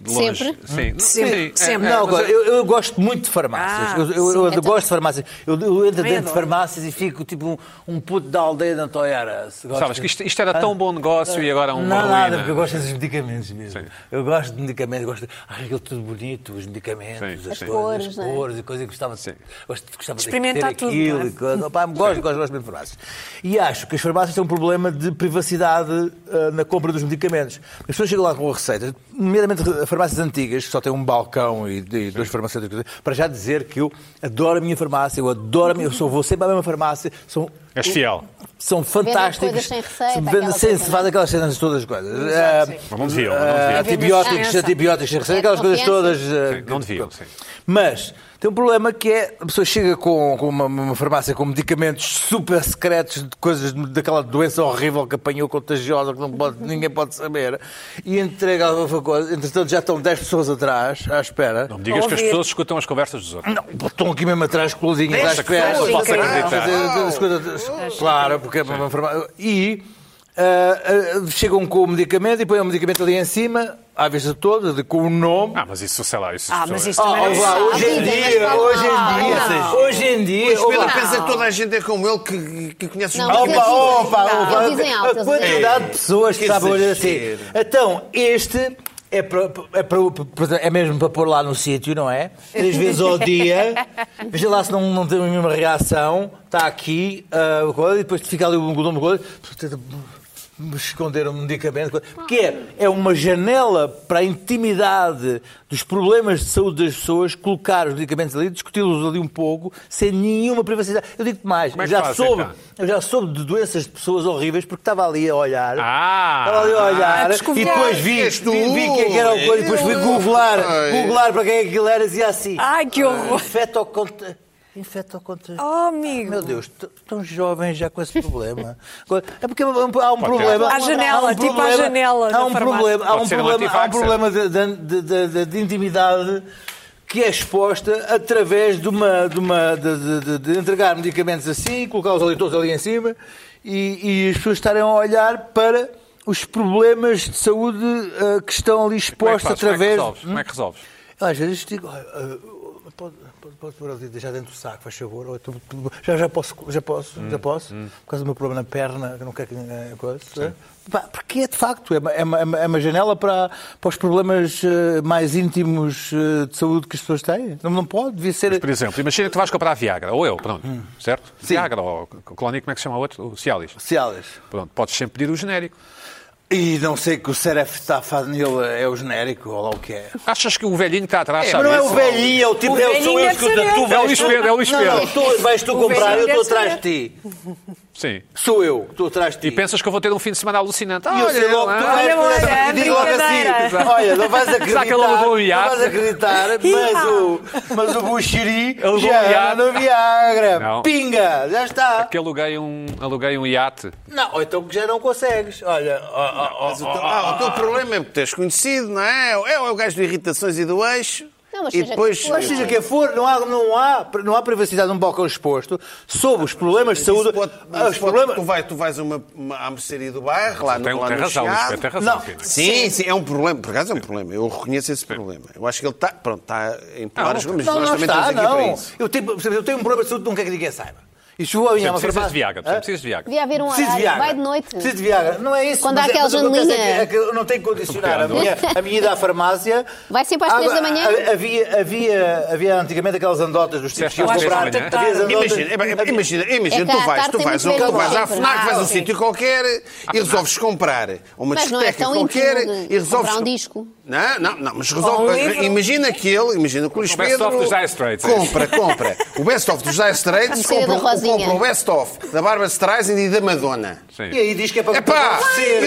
Speaker 1: de longe.
Speaker 3: Sempre?
Speaker 1: Sim.
Speaker 4: Sempre,
Speaker 1: Sim, é-
Speaker 4: sempre.
Speaker 1: é,
Speaker 5: Não,
Speaker 1: mas
Speaker 5: agora, eu, eu gosto muito de farmácias.
Speaker 4: Ah,
Speaker 5: eu eu-
Speaker 4: sim,
Speaker 5: eu
Speaker 3: então.
Speaker 5: gosto de farmácias. Eu, eu entro
Speaker 4: Também
Speaker 5: dentro de
Speaker 4: adoro.
Speaker 5: farmácias e fico tipo um, um puto da aldeia de Antoiaras. Gosto.
Speaker 1: Sabes que isto, isto era tão bom negócio e agora é um
Speaker 5: Não, nada, porque
Speaker 1: ruína.
Speaker 5: eu gosto desses medicamentos mesmo. Eu gosto de medicamentos, gosto de ah, aquilo tudo bonito, os medicamentos,
Speaker 1: Sim,
Speaker 5: as
Speaker 1: sim.
Speaker 5: cores, as
Speaker 3: As cores, não é?
Speaker 5: cores e coisas que gostava de gosto de- gostava de
Speaker 4: Experimentar
Speaker 5: ter
Speaker 4: tudo,
Speaker 5: aquilo
Speaker 4: não é?
Speaker 5: e coisa. Opá, gosto, gosto, gosto de farmácias. E acho que as farmácias têm um problema de privacidade ah, na compra dos medicamentos. As pessoas chegam lá com receitas, nomeadamente farmácias antigas, que só têm um balcão e, e dois farmacêuticos, para já dizer que eu adoro a minha farmácia, eu adoro a minha, eu só vou sempre à mesma farmácia, são
Speaker 1: És fiel.
Speaker 5: são fantásticos.
Speaker 3: coisas sem receita,
Speaker 5: Vendem-
Speaker 3: aquela
Speaker 5: sim,
Speaker 3: coisa,
Speaker 5: se
Speaker 3: não é?
Speaker 5: faz aquelas cenas todas as coisas.
Speaker 4: Exato,
Speaker 5: Ah,
Speaker 1: Mas não deviam,
Speaker 5: ah,
Speaker 4: É.
Speaker 1: não deviam.
Speaker 5: antibióticos,
Speaker 4: Confiança.
Speaker 5: antibióticos sem receita,
Speaker 3: É,
Speaker 5: aquelas coisas
Speaker 3: confiança.
Speaker 5: todas. ah,
Speaker 1: Sim, não deviam, sim.
Speaker 5: Mas tem um problema que é a pessoa chega com, com uma, uma farmácia com medicamentos super secretos de coisas daquela doença horrível que apanhou contagiosa que não pode- ninguém pode saber e entrega alguma coisa. Entretanto, já estão 10 pessoas atrás à espera.
Speaker 1: Não me digas que as
Speaker 4: Ouvir.
Speaker 1: pessoas escutam as conversas dos outros.
Speaker 5: Não, estão aqui mesmo atrás, coladinhas
Speaker 1: Deixa
Speaker 5: às
Speaker 1: que Ah, faça,
Speaker 5: pernas.
Speaker 1: posso
Speaker 5: Fazer-
Speaker 1: acreditar.
Speaker 5: fazer as coisas-
Speaker 1: ah,
Speaker 5: Claro, porque é uma forma- E ah, ah, chegam com o medicamento e põem o medicamento ali em cima, à vista de todos, de- com o nome.
Speaker 1: Ah, mas isso, sei lá, isso.
Speaker 4: Ah,
Speaker 1: isso
Speaker 4: mas
Speaker 1: é-
Speaker 4: isto
Speaker 5: Ah,
Speaker 4: também
Speaker 5: vá,
Speaker 4: não
Speaker 5: hoje em
Speaker 3: Ah,
Speaker 5: dia,
Speaker 3: não.
Speaker 5: hoje em dia, hoje em dia.
Speaker 2: Mas Pedro
Speaker 5: opa,
Speaker 2: pensa que toda a gente é como ele que, que conhece os
Speaker 3: Não,
Speaker 2: malucos.
Speaker 3: mas
Speaker 5: Opa,
Speaker 3: Eles
Speaker 5: opa,
Speaker 3: dizem-
Speaker 5: opa.
Speaker 3: eles dizem alto,
Speaker 5: A
Speaker 3: eles dizem
Speaker 5: quantidade de pessoas que
Speaker 2: Que
Speaker 5: estavam a olhar assim.
Speaker 2: exagero.
Speaker 5: Então, este é, para, é, para- é mesmo para pôr lá no sítio, não é? Três vezes ao dia. Veja lá se não, não tem a mesma reação. Está aqui, ah, o coisa, e depois fica ali o nome coisa. tenta Esconder um medicamento. coisa. Porque é, é uma janela para a intimidade dos problemas de saúde das pessoas, colocar os medicamentos ali, discuti-los ali um pouco, sem nenhuma privacidade. Eu digo-te mais,
Speaker 1: Como é
Speaker 5: eu
Speaker 1: que
Speaker 5: já
Speaker 1: faz,
Speaker 5: soube,
Speaker 1: então?
Speaker 5: eu já soube de doenças de pessoas horríveis porque estava ali a olhar.
Speaker 1: Ah!
Speaker 5: estava ali a olhar.
Speaker 4: Ah,
Speaker 5: e
Speaker 4: desconfiado.
Speaker 5: depois vi,
Speaker 2: És
Speaker 5: vi,
Speaker 2: tu.
Speaker 5: vi quem é era o coisa e depois fui googlar,
Speaker 2: Ai.
Speaker 5: googlar para quem é que aquilo era e dizia assim.
Speaker 4: Ai, que horror.
Speaker 5: Infetoconta. Infetoconta.
Speaker 4: Oh, amigo.
Speaker 5: Meu Deus, t- tão jovem já com esse problema. Agora, É porque há um há um problema.
Speaker 4: À janela,
Speaker 5: há um
Speaker 4: tipo à
Speaker 5: problema-
Speaker 4: janela da
Speaker 5: Há um
Speaker 4: farmácia.
Speaker 5: problema, há um
Speaker 1: Pode ser um
Speaker 5: problema, há um
Speaker 1: anti-vaxxer.
Speaker 5: problema de, de- de- de- de intimidade que é exposta através de uma. de, uma- de- de- de- de entregar medicamentos assim, colocar os leitores ali em cima e, e as pessoas estarem a olhar para os problemas de saúde ah, que estão ali
Speaker 1: Como é que fazes?
Speaker 5: expostos
Speaker 1: Como é que
Speaker 5: através.
Speaker 1: resolves? Como é que resolves?
Speaker 5: Eu Às vezes digo, olha, ah, Pode, pode, pode pôr ali, deixar dentro do saco, faz favor. Ou tu- tu- já, já posso, já posso,
Speaker 1: Hum,
Speaker 5: já posso. Por causa do meu problema na perna, que eu não quero que ninguém coisa. Pá, Porque é de facto, é uma, é uma- é uma- é uma janela para, para os problemas eh, mais íntimos eh, de saúde que as pessoas têm. Não, não pode, devia ser.
Speaker 1: Por exemplo, imagina que tu vais comprar Viagra, ou eu, pronto,
Speaker 5: Hum.
Speaker 1: certo? Viagra, ou Clónico, como é que se chama o outro? O Cialis.
Speaker 5: Cialis.
Speaker 1: Pronto, podes sempre pedir o genérico.
Speaker 5: E não sei que o Seref está a fazer nele é o genérico ou lá o que é.
Speaker 1: Achas que o velhinho que está atrás
Speaker 5: É,
Speaker 1: sabe
Speaker 5: mas não é o
Speaker 1: isso?
Speaker 5: velhinho, é o tipo.
Speaker 4: O
Speaker 5: é o-
Speaker 4: velhinho
Speaker 5: sou eu
Speaker 4: deve
Speaker 5: que tu-
Speaker 4: saber.
Speaker 5: tu vais
Speaker 1: É o Luís
Speaker 5: tu-
Speaker 1: Pedro, é o Luís
Speaker 5: Não,
Speaker 1: Pedro.
Speaker 5: Não, tu vais tu
Speaker 4: O
Speaker 5: comprar,
Speaker 4: velhinho
Speaker 5: eu estou
Speaker 4: deve
Speaker 5: atrás
Speaker 4: saber.
Speaker 5: de ti.
Speaker 1: Sim.
Speaker 5: Sou eu que estou atrás de
Speaker 1: E
Speaker 5: ti.
Speaker 1: pensas que eu vou ter um fim de semana alucinante?
Speaker 5: E eu sei
Speaker 1: Olha,
Speaker 5: logo que tu
Speaker 1: não é?
Speaker 5: vais
Speaker 4: olha,
Speaker 5: por
Speaker 4: olha,
Speaker 5: essa-
Speaker 4: é
Speaker 5: e digo logo assim.
Speaker 4: brincadeira.
Speaker 5: Olha, não vais
Speaker 1: Será
Speaker 5: acreditar.
Speaker 1: que ele alugou o
Speaker 5: Não
Speaker 1: iate?
Speaker 5: vais acreditar, mas o, mas o Buxiri
Speaker 1: Alugou o
Speaker 5: já
Speaker 1: iate.
Speaker 5: anda no Viagra.
Speaker 1: Não.
Speaker 5: Pinga, já está.
Speaker 1: Que aluguei um, aluguei um iate.
Speaker 5: Não, ou então que já não consegues. Olha, ó, ó, ó,
Speaker 2: Mas o, teu, ah, o teu problema é me teres conhecido, não é? É o gajo de irritações e do eixo.
Speaker 3: Não, mas
Speaker 2: e
Speaker 3: seja
Speaker 2: depois.
Speaker 3: que for.
Speaker 5: Mas seja quem for, não há, não, há, não há privacidade num balcão exposto sobre os problemas de saúde.
Speaker 2: Isso pode-
Speaker 5: ah, os
Speaker 2: isso pode-
Speaker 5: problemas...
Speaker 2: tu, vai, tu vais a uma, uma, à mercearia do bairro,
Speaker 5: Ah,
Speaker 2: lá no,
Speaker 1: Tem, um-
Speaker 2: lá
Speaker 1: tem
Speaker 2: no
Speaker 1: razão, Luís
Speaker 2: Chiado.
Speaker 1: Pedro, tem razão.
Speaker 5: Não.
Speaker 1: Pina.
Speaker 2: Sim, sim, é um problema. Por acaso é um problema. Eu reconheço esse problema. Eu acho que ele está, pronto, tá está em pilares, mas
Speaker 5: Não,
Speaker 2: nós
Speaker 5: não
Speaker 2: também
Speaker 5: está,
Speaker 2: estamos aqui para
Speaker 5: não.
Speaker 2: isso.
Speaker 5: Eu tenho, percebe, eu tenho um problema de saúde que não quero que ninguém saiba. E se vou alinhar é uma
Speaker 1: Precisas de
Speaker 5: farmácia-
Speaker 1: Viagra,
Speaker 5: Hã?
Speaker 1: precisas de Viagra.
Speaker 3: Devia haver um
Speaker 5: Preciso de
Speaker 3: horário.
Speaker 5: Viagra.
Speaker 3: Vai de noite.
Speaker 5: Preciso de Viagra. Não é isso.
Speaker 3: Quando
Speaker 5: mas
Speaker 3: há
Speaker 5: é-
Speaker 3: aquela
Speaker 5: mas o que acontece
Speaker 3: janelinha.
Speaker 5: É que, é que eu não tenho que condicionar. A
Speaker 1: Porque há
Speaker 5: minha, a minha ida à farmácia...
Speaker 3: Vai sempre às
Speaker 5: Ah,
Speaker 3: três da manhã?
Speaker 5: ah, Havia, havia, havia antigamente aquelas andotas dos tipos
Speaker 1: Certo,
Speaker 5: que iam
Speaker 1: às três da
Speaker 5: comprar.
Speaker 1: manhã.
Speaker 5: Havia as andotas-
Speaker 2: Imagina, é bem, é bem, imagina, imagina,
Speaker 3: É que
Speaker 2: tu
Speaker 3: à
Speaker 2: vais,
Speaker 3: tarde
Speaker 2: tu
Speaker 3: tem
Speaker 2: vais,
Speaker 3: muito
Speaker 2: tu
Speaker 3: menos
Speaker 2: vais à
Speaker 3: gente.
Speaker 2: FNAC, vais a um
Speaker 4: Ah, sim.
Speaker 2: sítio qualquer e resolves comprar uma
Speaker 3: Mas não é
Speaker 2: discoteca
Speaker 3: tão
Speaker 2: qualquer
Speaker 3: íntimo de
Speaker 2: e resolves.
Speaker 3: comprar um disco.
Speaker 2: Não, não, não, mas
Speaker 4: Ou um
Speaker 2: resolve.
Speaker 4: livro.
Speaker 2: imagina que ele, imagina que o Luís
Speaker 1: O best-of
Speaker 2: Pedro.
Speaker 1: dos Dire Straits, é isso.
Speaker 2: Compra, compra. O best of dos Dire Straits,
Speaker 3: Pulseira
Speaker 2: compra,
Speaker 3: da Rosinha.
Speaker 2: compra o best of da Bárbara Streisand e da Madonna.
Speaker 5: E aí diz que é para
Speaker 2: Epá, ele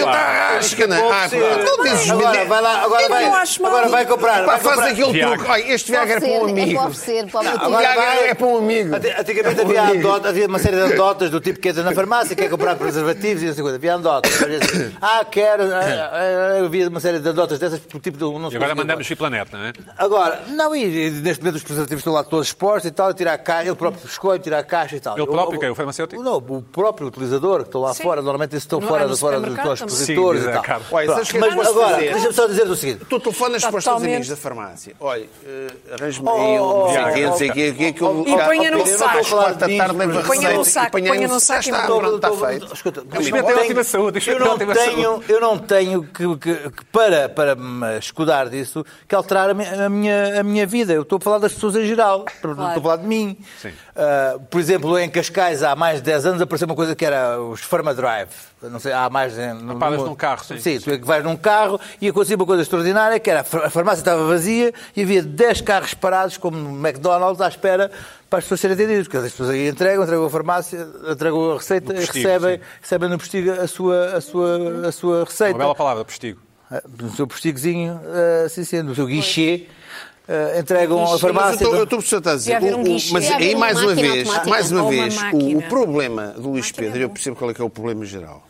Speaker 2: está
Speaker 5: Diz que é para
Speaker 2: Ah,
Speaker 5: oferecer.
Speaker 2: pá, não dizes
Speaker 5: Agora vai lá, agora
Speaker 4: Eu
Speaker 5: vai,
Speaker 4: não acho mal.
Speaker 5: agora vai comprar.
Speaker 2: Pá,
Speaker 5: vai
Speaker 2: faz
Speaker 5: comprar.
Speaker 2: aquele
Speaker 1: Viagra.
Speaker 2: truque. Olha, este Viagra é para
Speaker 3: Pode
Speaker 2: um
Speaker 3: ser, É para
Speaker 2: amigo.
Speaker 3: oferecer, para o
Speaker 2: O
Speaker 3: motivo.
Speaker 2: Viagra é para um amigo.
Speaker 5: Anti- Antigamente havia, andotas, havia uma série de anedotas do tipo que entra na farmácia, quer comprar preservativos e não sei o quê. Havia anedotas. Havia assim, Ah, quero. ah, ah, ah, Havia uma série de anedotas dessas, do tipo do. Não
Speaker 1: E
Speaker 5: sei
Speaker 1: agora
Speaker 5: o quê.
Speaker 1: mandamos vir planeta, não é?
Speaker 5: Agora, não, e e neste momento os preservativos estão lá todos expostos e tal, e tira a caixa, ele próprio escolhe, tira a caixa e tal.
Speaker 1: Ele
Speaker 5: Eu-
Speaker 1: próprio,
Speaker 5: eu-
Speaker 1: quem? O farmacêutico?
Speaker 5: Não, o próprio utilizador que está lá
Speaker 4: Sim.
Speaker 5: fora, normalmente esses estão
Speaker 4: No-
Speaker 5: fora,
Speaker 4: é no
Speaker 5: fora dos,
Speaker 4: supermercado
Speaker 5: dos
Speaker 4: também.
Speaker 5: expositores
Speaker 1: Sim,
Speaker 5: e
Speaker 1: diz
Speaker 5: tal.
Speaker 1: a Carla.
Speaker 2: Olha,
Speaker 5: Pronto,
Speaker 2: sabes o que é que
Speaker 5: Mas
Speaker 2: posso
Speaker 5: agora,
Speaker 2: dizer?
Speaker 5: deixa-me só dizer o seguinte.
Speaker 2: Tu telefonas para os teus
Speaker 4: Totalmente.
Speaker 2: amigos da farmácia. Olha, eh, arranja-me aí um não sei o quê, não sei o quê, o quê, que eu...
Speaker 4: Oh,
Speaker 2: Ah,
Speaker 4: E ponha num
Speaker 2: Eu não estou a
Speaker 4: saco.
Speaker 2: falar de discos,
Speaker 5: Ponha
Speaker 2: mas
Speaker 5: num
Speaker 2: receita,
Speaker 4: saco,
Speaker 2: apanhei
Speaker 4: ponha
Speaker 2: um-
Speaker 4: num saco e
Speaker 2: Já
Speaker 4: tá
Speaker 2: está,
Speaker 4: mandou-
Speaker 2: pronto, está
Speaker 5: Estou-
Speaker 2: feito.
Speaker 5: Escuta,
Speaker 1: o
Speaker 5: eu
Speaker 1: Pedro
Speaker 5: não
Speaker 1: tem
Speaker 5: tenho-
Speaker 1: ótima saúde, isto é
Speaker 5: Eu não
Speaker 1: ótima
Speaker 5: tenho, eu não tenho que, que- que para, para me escudar disso, que alterar a mi- a minha, a minha, vida. Eu estou a falar das pessoas em geral, não estou a falar de mim.
Speaker 1: Sim.
Speaker 5: Ah, por exemplo, em Cascais, há mais de 10 anos, apareceu uma coisa que era os Pharma Drive. Eu Não sei, há mais... em- no-
Speaker 1: Paras
Speaker 5: no-
Speaker 1: num carro, sim.
Speaker 5: Sim, tu é que vais num carro e aconteceu uma coisa extraordinária, que era a far- a farmácia estava vazia e havia 10 carros parados, como no McDonald's, à espera para as pessoas serem atendidas, porque as pessoas aí entregam, entregam a farmácia, entregam a receita e
Speaker 1: postigo,
Speaker 5: recebem,
Speaker 1: sim.
Speaker 5: recebem no postigo a sua, a sua, a sua
Speaker 1: Uma
Speaker 5: receita.
Speaker 1: bela palavra, postigo.
Speaker 5: Ah, No seu postigozinho, ah, assim sendo, no seu guichê, ah, entregam à
Speaker 2: Mas eu
Speaker 5: farmácia. então-
Speaker 2: estou- eu estou a perceber o que estás a dizer.
Speaker 4: haver
Speaker 2: O-
Speaker 4: um
Speaker 2: o-
Speaker 4: guichê.
Speaker 2: Mas
Speaker 3: Deve haver
Speaker 2: aí,
Speaker 3: uma
Speaker 2: mais uma
Speaker 3: máquina
Speaker 2: vez,
Speaker 3: automática.
Speaker 2: mais uma
Speaker 4: Ou uma
Speaker 2: vez, o,
Speaker 4: máquina.
Speaker 2: o problema do Luís
Speaker 4: Máquina
Speaker 2: Pedro,
Speaker 4: é
Speaker 2: eu
Speaker 4: bom.
Speaker 2: percebo qual é que é o problema geral,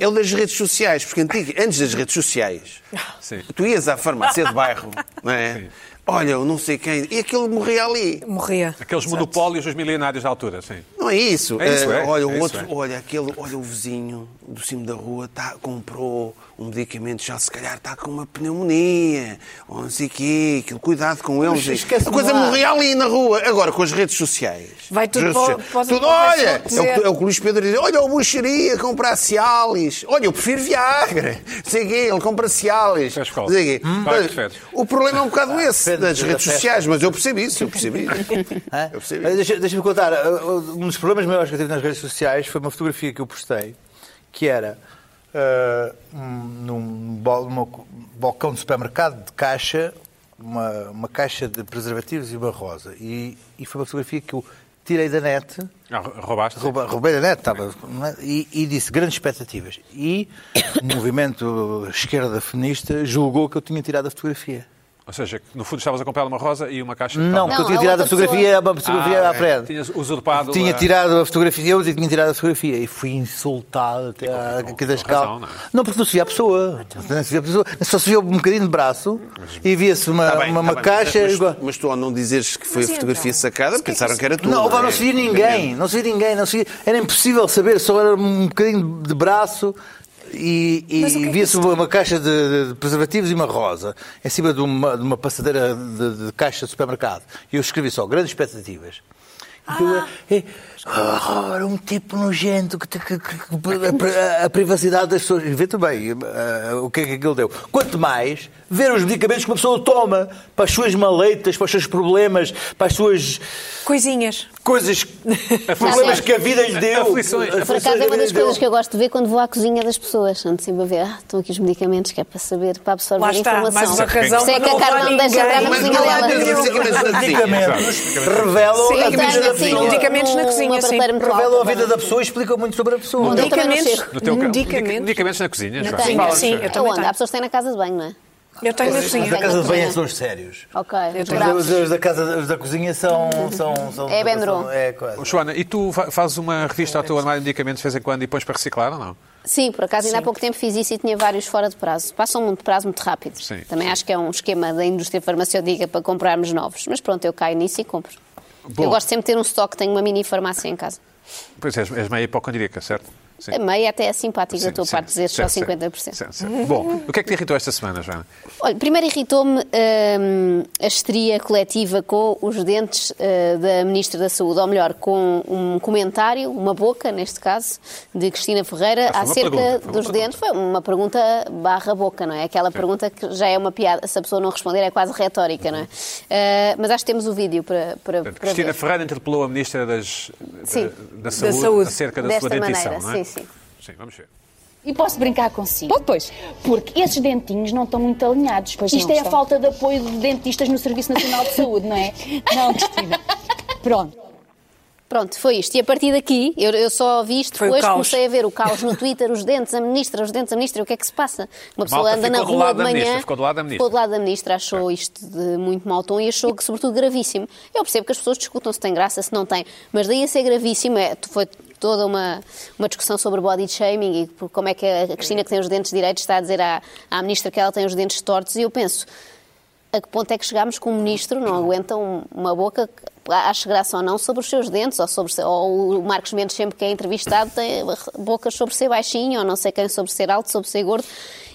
Speaker 2: é o das redes sociais. Porque antiga- antes das redes sociais,
Speaker 1: Sim.
Speaker 2: tu ias à farmácia de bairro, não é? Olha, eu não sei quem, e aquele morria ali.
Speaker 4: Morria.
Speaker 1: Aqueles monopólios dos milionários da altura, sim.
Speaker 2: Não é isso.
Speaker 1: É isso,
Speaker 2: Eh,
Speaker 1: é.
Speaker 2: Olha,
Speaker 1: É
Speaker 2: o
Speaker 1: isso,
Speaker 2: outro,
Speaker 1: é.
Speaker 2: olha, aquele, olha, o vizinho do cimo da rua tá, comprou um medicamento, já se calhar está com uma pneumonia, ou não sei o quê, aquele cuidado com ele. não sei.
Speaker 5: esquece-me
Speaker 2: A coisa
Speaker 5: lá.
Speaker 2: morria ali na rua. Agora, com as redes sociais.
Speaker 4: Vai tudo
Speaker 2: As redes
Speaker 4: para o-
Speaker 2: sociais.
Speaker 4: para o-
Speaker 2: Tudo,
Speaker 4: para o
Speaker 2: olha, é
Speaker 4: pessoal
Speaker 2: o, que-
Speaker 4: dizer.
Speaker 2: é o que o Luís Pedro diz, olha, o bucharia compra Cialis. Olha, eu prefiro Viagra. Não sei o quê, ele compra Cialis.
Speaker 1: Fez falta.
Speaker 2: Não sei o quê.
Speaker 1: Hum. Vai, preferes.
Speaker 2: O problema é um bocado esse,
Speaker 5: depende
Speaker 2: das
Speaker 5: da
Speaker 2: redes
Speaker 5: festa.
Speaker 2: sociais, mas eu percebi isso, eu percebi isso.
Speaker 5: Hã?
Speaker 2: Eu percebi.
Speaker 5: Mas Deixa, deixa-me contar. uh, uh, Um dos problemas maiores que eu tive nas redes sociais foi uma fotografia que eu postei, que era uh, um- num bal- numa co- balcão de supermercado de caixa, uma, uma caixa de preservativos e uma rosa. E, e foi uma fotografia que eu tirei da net.
Speaker 1: Ah, roubaste?
Speaker 5: Rouba- Roubei da net, estava, não é? e, e disse grandes expectativas. E o movimento esquerda feminista julgou que eu tinha tirado a fotografia.
Speaker 1: Ou seja, que no fundo estavas a comprar uma rosa e uma caixa de
Speaker 5: Não,
Speaker 1: palma.
Speaker 5: porque eu
Speaker 3: Não,
Speaker 5: tinha
Speaker 3: a
Speaker 5: tirado a
Speaker 3: outra pessoa.
Speaker 5: fotografia, é uma fotografia
Speaker 2: Ah, é.
Speaker 5: à frente.
Speaker 1: Tinhas usurpado.
Speaker 5: Tinha
Speaker 1: a-
Speaker 5: tirado a fotografia, eu tinha tirado a fotografia e fui insultado até
Speaker 2: É
Speaker 5: à-
Speaker 1: com-
Speaker 5: que das
Speaker 1: com razão,
Speaker 5: cal-
Speaker 1: não é?
Speaker 5: Não, porque não se via a pessoa. Não se via a pessoa. Só se via um bocadinho de braço e via-se uma,
Speaker 2: Tá bem,
Speaker 5: uma, uma
Speaker 2: tá bem,
Speaker 5: caixa.
Speaker 2: Mas,
Speaker 5: igual-
Speaker 2: mas tu, ao não dizeres que foi
Speaker 4: Mas
Speaker 2: a
Speaker 4: e
Speaker 2: fotografia
Speaker 4: então?
Speaker 2: sacada,
Speaker 4: Mas que é que
Speaker 2: pensaram que,
Speaker 4: isso-
Speaker 2: era tu.
Speaker 5: Não,
Speaker 2: é?
Speaker 5: não se via ninguém, não se via ninguém, não se via- era impossível saber, só era um bocadinho de braço. e,
Speaker 4: Mas o que é
Speaker 5: e
Speaker 4: que
Speaker 5: via-se
Speaker 4: isto-
Speaker 5: uma, uma caixa de, de preservativos e uma rosa em cima de uma, de uma passadeira de, de caixa de supermercado. E eu escrevi só grandes expectativas. E eu, eh, "Ah, era um tipo nojento que, que- que- que- a, a- a privacidade das pessoas. E vê também ah, o que é que aquilo deu. Quanto mais ver os medicamentos que uma pessoa toma para as suas maleitas, para os seus problemas, para as suas
Speaker 4: Coisinhas.
Speaker 5: coisas, problemas que a vida lhe deu.
Speaker 1: Aflições.
Speaker 5: As
Speaker 3: Por
Speaker 5: aflições
Speaker 3: acaso é
Speaker 5: da
Speaker 3: uma das
Speaker 5: vida lhe
Speaker 3: coisas que
Speaker 5: deu.
Speaker 3: eu gosto de ver quando vou à cozinha das pessoas. Ando sempre a ver, ah, estão aqui os medicamentos que é para saber, para absorver
Speaker 4: Lá está,
Speaker 3: a informação.
Speaker 4: mais uma
Speaker 3: Por
Speaker 4: razão
Speaker 3: isso é
Speaker 4: para
Speaker 3: que a
Speaker 4: não
Speaker 3: Carla
Speaker 4: levar
Speaker 3: não deixa
Speaker 4: ninguém.
Speaker 3: entrar na
Speaker 4: Mas
Speaker 3: cozinha
Speaker 4: não há
Speaker 3: dela.
Speaker 4: dúvidas aqui nas
Speaker 5: Os medicamentos é revelam
Speaker 4: Sim,
Speaker 5: a
Speaker 3: Eu
Speaker 5: vida da
Speaker 3: tenho, assim,
Speaker 5: pessoa.
Speaker 3: um-
Speaker 4: Medicamentos na
Speaker 3: uma
Speaker 4: cozinha, sim.
Speaker 3: prateleira muito
Speaker 5: Revelam a
Speaker 3: alta.
Speaker 5: vida da pessoa e explicam muito sobre a
Speaker 4: Um
Speaker 5: pessoa.
Speaker 3: Onde- Eu também não
Speaker 4: Medicamentos. Um
Speaker 3: sei.
Speaker 1: No teu um caso,
Speaker 4: Medicamentos.
Speaker 1: medicamentos na cozinha,
Speaker 3: Não
Speaker 1: João.
Speaker 3: tenho.
Speaker 4: Fala, Sim, Joana. eu
Speaker 3: É
Speaker 4: também
Speaker 3: onde?
Speaker 4: tenho.
Speaker 3: Há pessoas que têm na casa de banho, não é?
Speaker 4: Eu tenho na
Speaker 5: Os
Speaker 4: cozinha.
Speaker 5: da casa de banho é que
Speaker 3: Sim.
Speaker 5: são os sérios.
Speaker 3: Ok.
Speaker 4: Eu
Speaker 5: Os
Speaker 4: tenho.
Speaker 5: da, os
Speaker 3: bravos.
Speaker 5: da- os da casa, os da cozinha são. são, são
Speaker 3: É Benro.
Speaker 5: são- É quase.
Speaker 1: Joana, e tu fa- fazes uma revista ao teu armário de medicamentos de vez em quando e pões para reciclar ou não?
Speaker 3: Sim, por acaso ainda há pouco tempo fiz isso e tinha vários fora de prazo. Passam um prazo muito rápido.
Speaker 1: Sim,
Speaker 3: Também acho que é um esquema da indústria farmacêutica para comprarmos novos. Mas pronto, eu caio nisso e compro.
Speaker 1: Bom.
Speaker 3: Eu gosto sempre de ter um estoque, tenho uma mini farmácia em casa.
Speaker 1: Pois és, és meio hipocondríaca, certo? Sim.
Speaker 3: A meia até é simpática da
Speaker 1: Sim,
Speaker 3: tua
Speaker 1: sim,
Speaker 3: parte dizer só
Speaker 1: certo, certo,
Speaker 3: 50%.
Speaker 1: certo, certo. Bom, o que é que te irritou esta semana, Joana?
Speaker 3: Olha, primeiro irritou-me hum, a histeria coletiva com os dentes eh, da Ministra da Saúde, ou melhor, com um comentário, uma boca, neste caso, de Cristina Ferreira
Speaker 1: Ah, foi uma
Speaker 3: acerca
Speaker 1: pergunta, foi uma
Speaker 3: dos
Speaker 1: pergunta.
Speaker 3: dentes. Foi uma pergunta barra boca, não é? Aquela pergunta que já é uma piada, se a pessoa não responder é quase retórica, não é? Eh, mas acho que temos o vídeo para, para,
Speaker 1: Uhum. Portanto,
Speaker 3: para
Speaker 1: Cristina
Speaker 3: ver.
Speaker 1: Ferreira interpelou a Ministra das, eh,
Speaker 3: Sim.
Speaker 1: da, da saúde,
Speaker 4: Saúde.
Speaker 1: acerca da
Speaker 3: Desta
Speaker 1: sua dentição,
Speaker 3: maneira,
Speaker 1: não é?
Speaker 3: sim, sim.
Speaker 1: Sim, vamos ver.
Speaker 12: E posso brincar consigo? Pode, pois. Porque esses dentinhos não estão muito alinhados. Isto
Speaker 13: não
Speaker 12: é
Speaker 13: estão.
Speaker 12: a falta de apoio de dentistas no Serviço Nacional de Saúde, não é? Não, Cristina. Pronto.
Speaker 3: Pronto, foi isto. E a partir daqui, eu, eu só vi isto
Speaker 4: Foi o
Speaker 3: depois,
Speaker 4: caos.
Speaker 3: comecei a ver o caos no Twitter, os dentes, a ministra, os dentes, a ministra, o que é que se passa? Uma pessoa
Speaker 1: malta
Speaker 3: anda na
Speaker 1: ficou do
Speaker 3: rua
Speaker 1: lado
Speaker 3: de
Speaker 1: da
Speaker 3: manhã.
Speaker 1: ministra, ficou do lado da ministra.
Speaker 3: ficou do lado da ministra, achou isto de muito mau tom e achou que, sobretudo, gravíssimo. Eu percebo que as pessoas discutam se tem graça, se não tem, mas daí a ser gravíssimo é, foi toda uma, uma discussão sobre body shaming e por como é que a Cristina, que tem os dentes direitos, está a dizer à, à ministra que ela tem os dentes tortos, e eu penso a que ponto é que chegámos com um ministro não aguenta um- uma boca, que ache graça ou não, sobre os seus dentes, ou, sobre, se- ou o Marcos Mendes sempre que é entrevistado tem bocas sobre ser baixinho, ou não sei quem sobre ser alto, sobre ser gordo.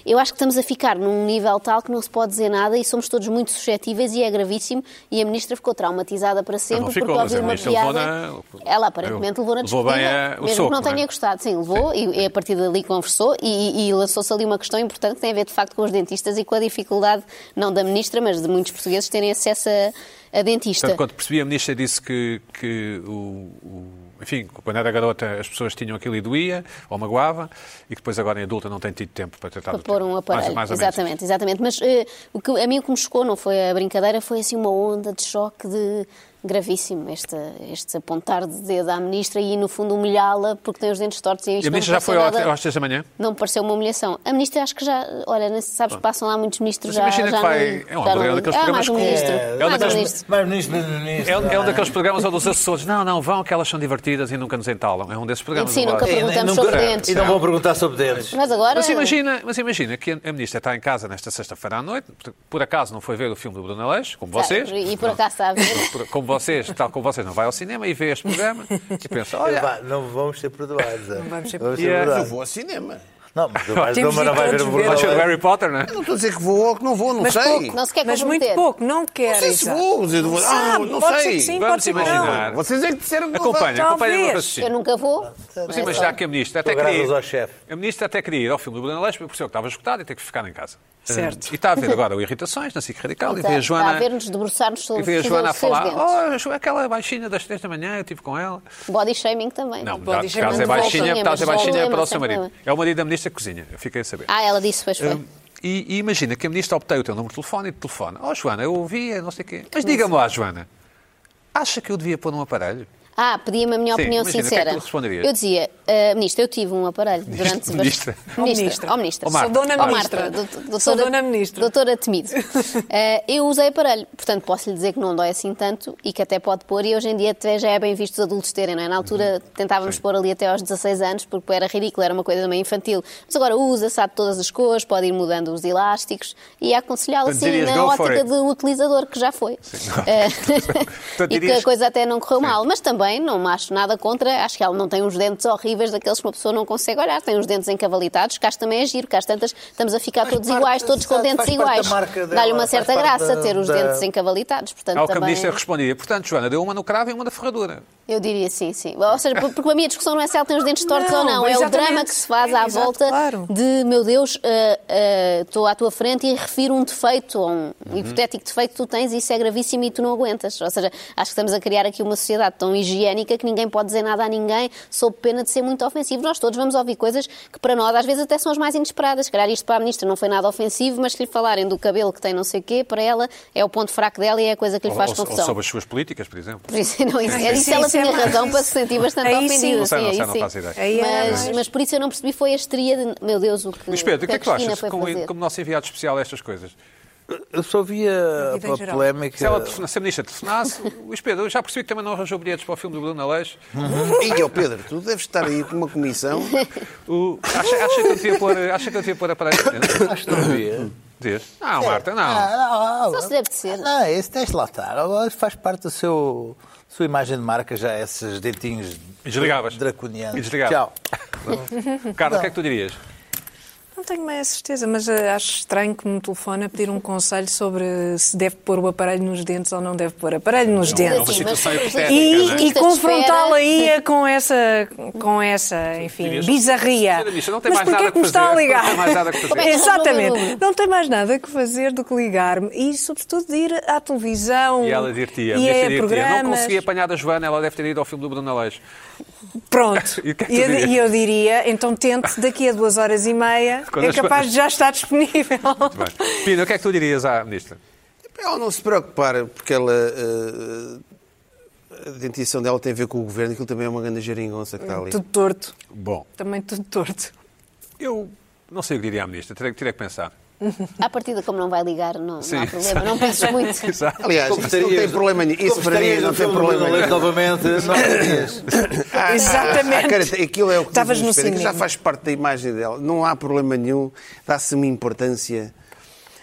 Speaker 3: Eu acho que estamos a ficar num nível tal que não se pode dizer nada e somos todos muito suscetíveis e é gravíssimo e a ministra ficou traumatizada para sempre
Speaker 1: Ah, não ficou,
Speaker 3: porque ao
Speaker 1: mas
Speaker 3: ouvir
Speaker 1: a
Speaker 3: uma
Speaker 1: ministra levou
Speaker 3: piada...
Speaker 1: na-
Speaker 3: Ela aparentemente levou na
Speaker 1: Levou
Speaker 3: despedida,
Speaker 1: bem a- o
Speaker 3: mesmo
Speaker 1: soco,
Speaker 3: que não
Speaker 1: não é?
Speaker 3: tenha gostado. Sim, levou E, e a partir dali conversou e, e lançou-se ali uma questão importante que tem a ver de facto com os dentistas e com a dificuldade, não da ministra, mas de muitos portugueses terem acesso a, a dentista.
Speaker 1: Portanto, quando percebi, a ministra disse que, que o, o- Enfim, quando era garota as pessoas tinham aquilo e doía, ou magoava, e que depois agora em adulta não tem tido tempo para tratar
Speaker 3: para
Speaker 1: do
Speaker 3: pôr
Speaker 1: tema.
Speaker 3: um aparelho.
Speaker 1: Mais, mais ou menos.
Speaker 3: exatamente, exatamente. Mas eh, o que, a mim o que me chocou não foi a brincadeira, foi assim uma onda de choque de gravíssimo este, este apontar de dedo à ministra e no fundo humilhá-la porque tem os dentes tortos e isto
Speaker 1: E a
Speaker 3: não
Speaker 1: ministra já
Speaker 3: me pareceu
Speaker 1: foi ao-
Speaker 3: nada-
Speaker 1: às três da manhã?
Speaker 3: Não me pareceu uma humilhação. A ministra acho que já, olha, nem se sabes, passam lá muitos
Speaker 1: Mas
Speaker 3: ministros já.
Speaker 1: imagina
Speaker 3: já
Speaker 1: que vai-
Speaker 3: não-
Speaker 1: é um
Speaker 3: já não-
Speaker 1: programa daqueles
Speaker 3: Ah,
Speaker 1: programas
Speaker 3: mais um
Speaker 1: com-
Speaker 3: ministro.
Speaker 1: É,
Speaker 3: mais um
Speaker 1: daqueles-
Speaker 3: ministro.
Speaker 5: Mais ministro, menos ministro.
Speaker 1: É um, é um daqueles programas onde os assessores dizem, não, não, vão, que elas são divertidas e nunca nos entalam. É um desses programas.
Speaker 3: Sim,
Speaker 1: agora.
Speaker 3: nunca perguntamos
Speaker 5: nunca-
Speaker 3: sobre dentes.
Speaker 5: E não vão perguntar sobre dentes.
Speaker 3: Mas agora.
Speaker 1: Mas imagina, mas imagina que a ministra está em casa nesta sexta-feira à noite, por- por acaso não foi ver o filme do Bruno Aleixo, como vocês.
Speaker 3: Tá, E por acaso está a ver.
Speaker 1: Por- Como vocês, tal como vocês, não vai ao cinema e vê este programa e pensa, olha,
Speaker 5: Vá, Não vamos ser perdoados. Não
Speaker 4: vamos ser
Speaker 2: Eu
Speaker 5: perdoados.
Speaker 2: vou ao cinema.
Speaker 5: Não, mas não vai-
Speaker 4: Temos
Speaker 5: não
Speaker 4: de
Speaker 5: vai ver
Speaker 4: todos
Speaker 5: o
Speaker 4: ver.
Speaker 1: vai ser o
Speaker 5: Bruno.
Speaker 1: Harry Potter, não é?
Speaker 2: Não estou a dizer que vou ou que não vou, não
Speaker 4: Mas
Speaker 2: sei.
Speaker 4: pouco.
Speaker 3: Não se quer
Speaker 4: Mas muito
Speaker 3: comprometer.
Speaker 4: pouco. Não quero.
Speaker 2: Não sei se
Speaker 4: exato.
Speaker 2: vou. dizer, vou- Ah,
Speaker 4: sabe,
Speaker 2: não
Speaker 4: pode ser
Speaker 2: sei.
Speaker 4: que sim,
Speaker 1: Vamos
Speaker 4: pode ser que não.
Speaker 1: imaginar.
Speaker 2: Vocês é que disseram que não vão.
Speaker 1: Acompanha, acompanha o meu
Speaker 4: Talvez.
Speaker 3: Eu
Speaker 1: raciocínio.
Speaker 3: nunca vou.
Speaker 1: Mas imagina que a ministra até queria
Speaker 5: graças ao
Speaker 1: ir,
Speaker 5: chefe.
Speaker 1: a ministra até queria ir ao filme do Bruno Aleixo, porque percebeu que estava escutado e teve que ficar em casa.
Speaker 4: Certo.
Speaker 1: E está a ver agora o Irritações, na SIC Radical, e
Speaker 3: Está-
Speaker 1: vê a Joana...
Speaker 3: está tá, a ver-nos debruçar-nos sobre
Speaker 1: E vê a
Speaker 3: os
Speaker 1: Joana a
Speaker 3: seus
Speaker 1: falar,
Speaker 3: dentes.
Speaker 1: oh, Jo- aquela baixinha das três da manhã, eu estive com ela.
Speaker 3: Body shaming também.
Speaker 1: "Oh!" Não,
Speaker 4: Pode
Speaker 1: caso
Speaker 4: dizer
Speaker 1: é
Speaker 4: que não
Speaker 1: baixinha,
Speaker 3: volta.
Speaker 1: caso é baixinha é
Speaker 3: Problema,
Speaker 1: para o seu
Speaker 3: sem
Speaker 1: marido.
Speaker 3: problema.
Speaker 1: É o marido da ministra que cozinha, eu fiquei a saber.
Speaker 3: Ah, ela disse, pois foi.
Speaker 1: Hum, E, e imagina que a ministra obtém o teu número de telefone e te telefona. Oh, Joana, eu ouvia, não sei o quê. Mas diga-me lá, Joana, acha que eu devia pôr num aparelho?
Speaker 3: Ah, pedia-me a minha
Speaker 1: Sim,
Speaker 3: opinião
Speaker 1: imagina, o que é que
Speaker 3: sincera.
Speaker 1: tu responderias?
Speaker 3: Eu dizia, ah, ministro, eu tive um aparelho durante.
Speaker 1: ministra.
Speaker 3: Ministra,
Speaker 4: Ministra.
Speaker 3: oh, ministra.
Speaker 1: Oh, Marta.
Speaker 4: Sou dona
Speaker 3: Oh,
Speaker 4: ministra.
Speaker 3: Marta, doutor- doutora,
Speaker 4: Sou dona ministra.
Speaker 3: Doutora Temido. Ah, eu usei aparelho, portanto posso lhe dizer que não dói assim tanto e que até pode pôr, e hoje em dia até já é bem visto os adultos terem, não é? Na altura
Speaker 1: Uhum.
Speaker 3: tentávamos pôr ali até aos 16 anos porque era ridículo, era uma coisa também infantil. Mas agora usa, sabe todas as cores, pode ir mudando os elásticos e aconselhá-lo
Speaker 1: Portanto,
Speaker 3: assim
Speaker 1: dirias,
Speaker 3: na
Speaker 1: go for
Speaker 3: ótica
Speaker 1: it.
Speaker 3: do utilizador que já foi. Ah,
Speaker 1: Portanto,
Speaker 3: e que
Speaker 1: dirias-
Speaker 3: a coisa até não correu mal, mas também bem, não me acho nada contra. Acho que ela não tem uns dentes horríveis daqueles que uma pessoa não consegue olhar. Tem uns dentes encavalitados. Cá também é giro, cá às tantas estamos a ficar todos iguais, todos com
Speaker 5: sabe,
Speaker 3: dentes
Speaker 5: faz parte da
Speaker 3: iguais.
Speaker 5: marca dela,
Speaker 3: Dá-lhe uma
Speaker 5: faz
Speaker 3: certa
Speaker 5: parte
Speaker 3: graça
Speaker 5: da-
Speaker 3: ter os
Speaker 5: da-
Speaker 3: dentes encavalitados. Portanto,
Speaker 1: Ao
Speaker 3: também...
Speaker 1: camista respondia. Portanto, Joana, deu uma no cravo e uma na ferradura.
Speaker 3: Eu diria sim, sim. Ou seja, por- porque a minha discussão não é se ela tem os dentes tortos
Speaker 4: Não,
Speaker 3: ou não. É o
Speaker 4: exatamente.
Speaker 3: drama que se faz à
Speaker 4: É, exato,
Speaker 3: volta
Speaker 4: claro.
Speaker 3: de, meu Deus, ah, ah, estou à tua frente e refiro um defeito, ou um
Speaker 1: Uhum.
Speaker 3: hipotético defeito que tu tens e isso é gravíssimo e tu não aguentas. Ou seja, acho que estamos a criar aqui uma sociedade tão higiênica que ninguém pode dizer nada a ninguém sob pena de ser muito ofensivo. Nós todos vamos ouvir coisas que para nós às vezes até são as mais inesperadas. Se calhar isto para a ministra não foi nada ofensivo, mas se lhe falarem do cabelo que tem não sei o quê, para ela é o ponto fraco dela e é a coisa que lhe
Speaker 1: Ou,
Speaker 3: faz
Speaker 1: ou- ou
Speaker 3: confusão.
Speaker 1: sobre as suas políticas, por exemplo.
Speaker 3: Por isso, não,
Speaker 1: Sim,
Speaker 3: isso, isso
Speaker 1: sim,
Speaker 3: ela
Speaker 1: isso
Speaker 4: é
Speaker 3: tinha
Speaker 4: mais-
Speaker 3: razão para se sentir bastante
Speaker 4: Aí
Speaker 3: ofendida.
Speaker 4: sim.
Speaker 1: Não sei, não sei,
Speaker 3: sim, aí
Speaker 1: não
Speaker 3: sim.
Speaker 1: faço ideia.
Speaker 4: Aí é
Speaker 3: Mas,
Speaker 4: mais-
Speaker 3: mas por isso eu não percebi, foi a estria de. Meu Deus, o que.
Speaker 1: Luís Pedro, o que é que tu
Speaker 3: a Cristina
Speaker 1: achas
Speaker 3: foi
Speaker 1: como,
Speaker 3: fazer.
Speaker 1: como nosso enviado especial a estas coisas?
Speaker 5: Eu só via
Speaker 4: é vida em
Speaker 5: a
Speaker 4: geral.
Speaker 5: polémica.
Speaker 1: Se, ela, telefona- se a ministra telefonasse, Luís Pedro, eu já percebi que também não arranjou bilhetes para o filme do Bruno Aleixo.
Speaker 2: E ó Pedro, tu deves estar aí com uma comissão.
Speaker 1: O- acha, acha que eu devia pôr, acha que eu devia pôr a parede?
Speaker 5: Acho que não via.
Speaker 1: Diz. Não, Marta, não.
Speaker 5: Ah, não,
Speaker 3: Só se deve ser.
Speaker 5: Não, esse tens de lá estar. Agora Faz parte da seu, sua imagem de marca já esses dentinhos
Speaker 1: Desligavas.
Speaker 5: draconianos.
Speaker 1: E desligava.
Speaker 5: Tchau.
Speaker 1: Carlos, o que é que tu
Speaker 4: então.
Speaker 1: dirias?
Speaker 4: Não tenho bem a certeza, mas eh, acho estranho que me telefone a pedir um conselho sobre se deve pôr o aparelho nos dentes ou não deve pôr aparelho nos
Speaker 1: É uma
Speaker 4: dentes.
Speaker 3: sim,
Speaker 1: situação
Speaker 3: mas-
Speaker 1: hipotética,
Speaker 4: assim, E,
Speaker 1: não é?
Speaker 4: e
Speaker 3: Lista de
Speaker 4: confrontá-la
Speaker 3: espera.
Speaker 4: aí com essa, com essa, enfim,
Speaker 1: dirias,
Speaker 4: bizarria.
Speaker 1: "Senhora ministra, não tem
Speaker 4: Mas
Speaker 1: mais
Speaker 4: porquê é
Speaker 1: nada
Speaker 4: que me
Speaker 1: que
Speaker 4: está a
Speaker 1: fazer,
Speaker 4: ligar?
Speaker 1: não tem mais nada que fazer." Como
Speaker 3: é que resolveu o
Speaker 4: Exatamente.
Speaker 3: número?
Speaker 4: Não tem mais nada que fazer do que ligar-me. E, sobretudo, de ir à televisão.
Speaker 1: E ela dir-te, a
Speaker 4: e
Speaker 1: ministra
Speaker 4: a
Speaker 1: dir-te, não
Speaker 4: programas.
Speaker 1: consegui apanhar a Joana, ela deve ter ido ao filme do Bruno Aleixo.
Speaker 4: Pronto.
Speaker 1: E o que é que tu
Speaker 4: E eu,
Speaker 1: dirias?
Speaker 4: e eu diria, então tente daqui a duas horas e meia,
Speaker 1: Quando
Speaker 4: é
Speaker 1: as-
Speaker 4: capaz de já estar disponível.
Speaker 1: Bem. Pina, o que é que tu dirias à ministra?
Speaker 2: Ela não se preocupar, porque ela. eh, a dentição dela tem a ver com o governo, aquilo também é uma grande geringonça que está ali.
Speaker 4: Tudo torto.
Speaker 1: Bom,
Speaker 4: Também tudo torto.
Speaker 1: eu não sei o que diria à ministra, teria, teria que pensar.
Speaker 3: À partida, como não vai ligar, não, não
Speaker 1: Sim.
Speaker 3: há problema, não penses muito.
Speaker 1: Exato.
Speaker 2: Aliás,
Speaker 5: Assim,
Speaker 2: isto não tem problema nenhum. Isso para mim não tem problema nenhum.
Speaker 5: Novamente, é
Speaker 2: Ah,
Speaker 4: Exatamente.
Speaker 2: ah, cara, aquilo é o que diz o
Speaker 4: Estavas no
Speaker 2: espelho, que já
Speaker 4: cinema.
Speaker 2: faz parte da imagem dela. Não há problema nenhum, dá-se uma importância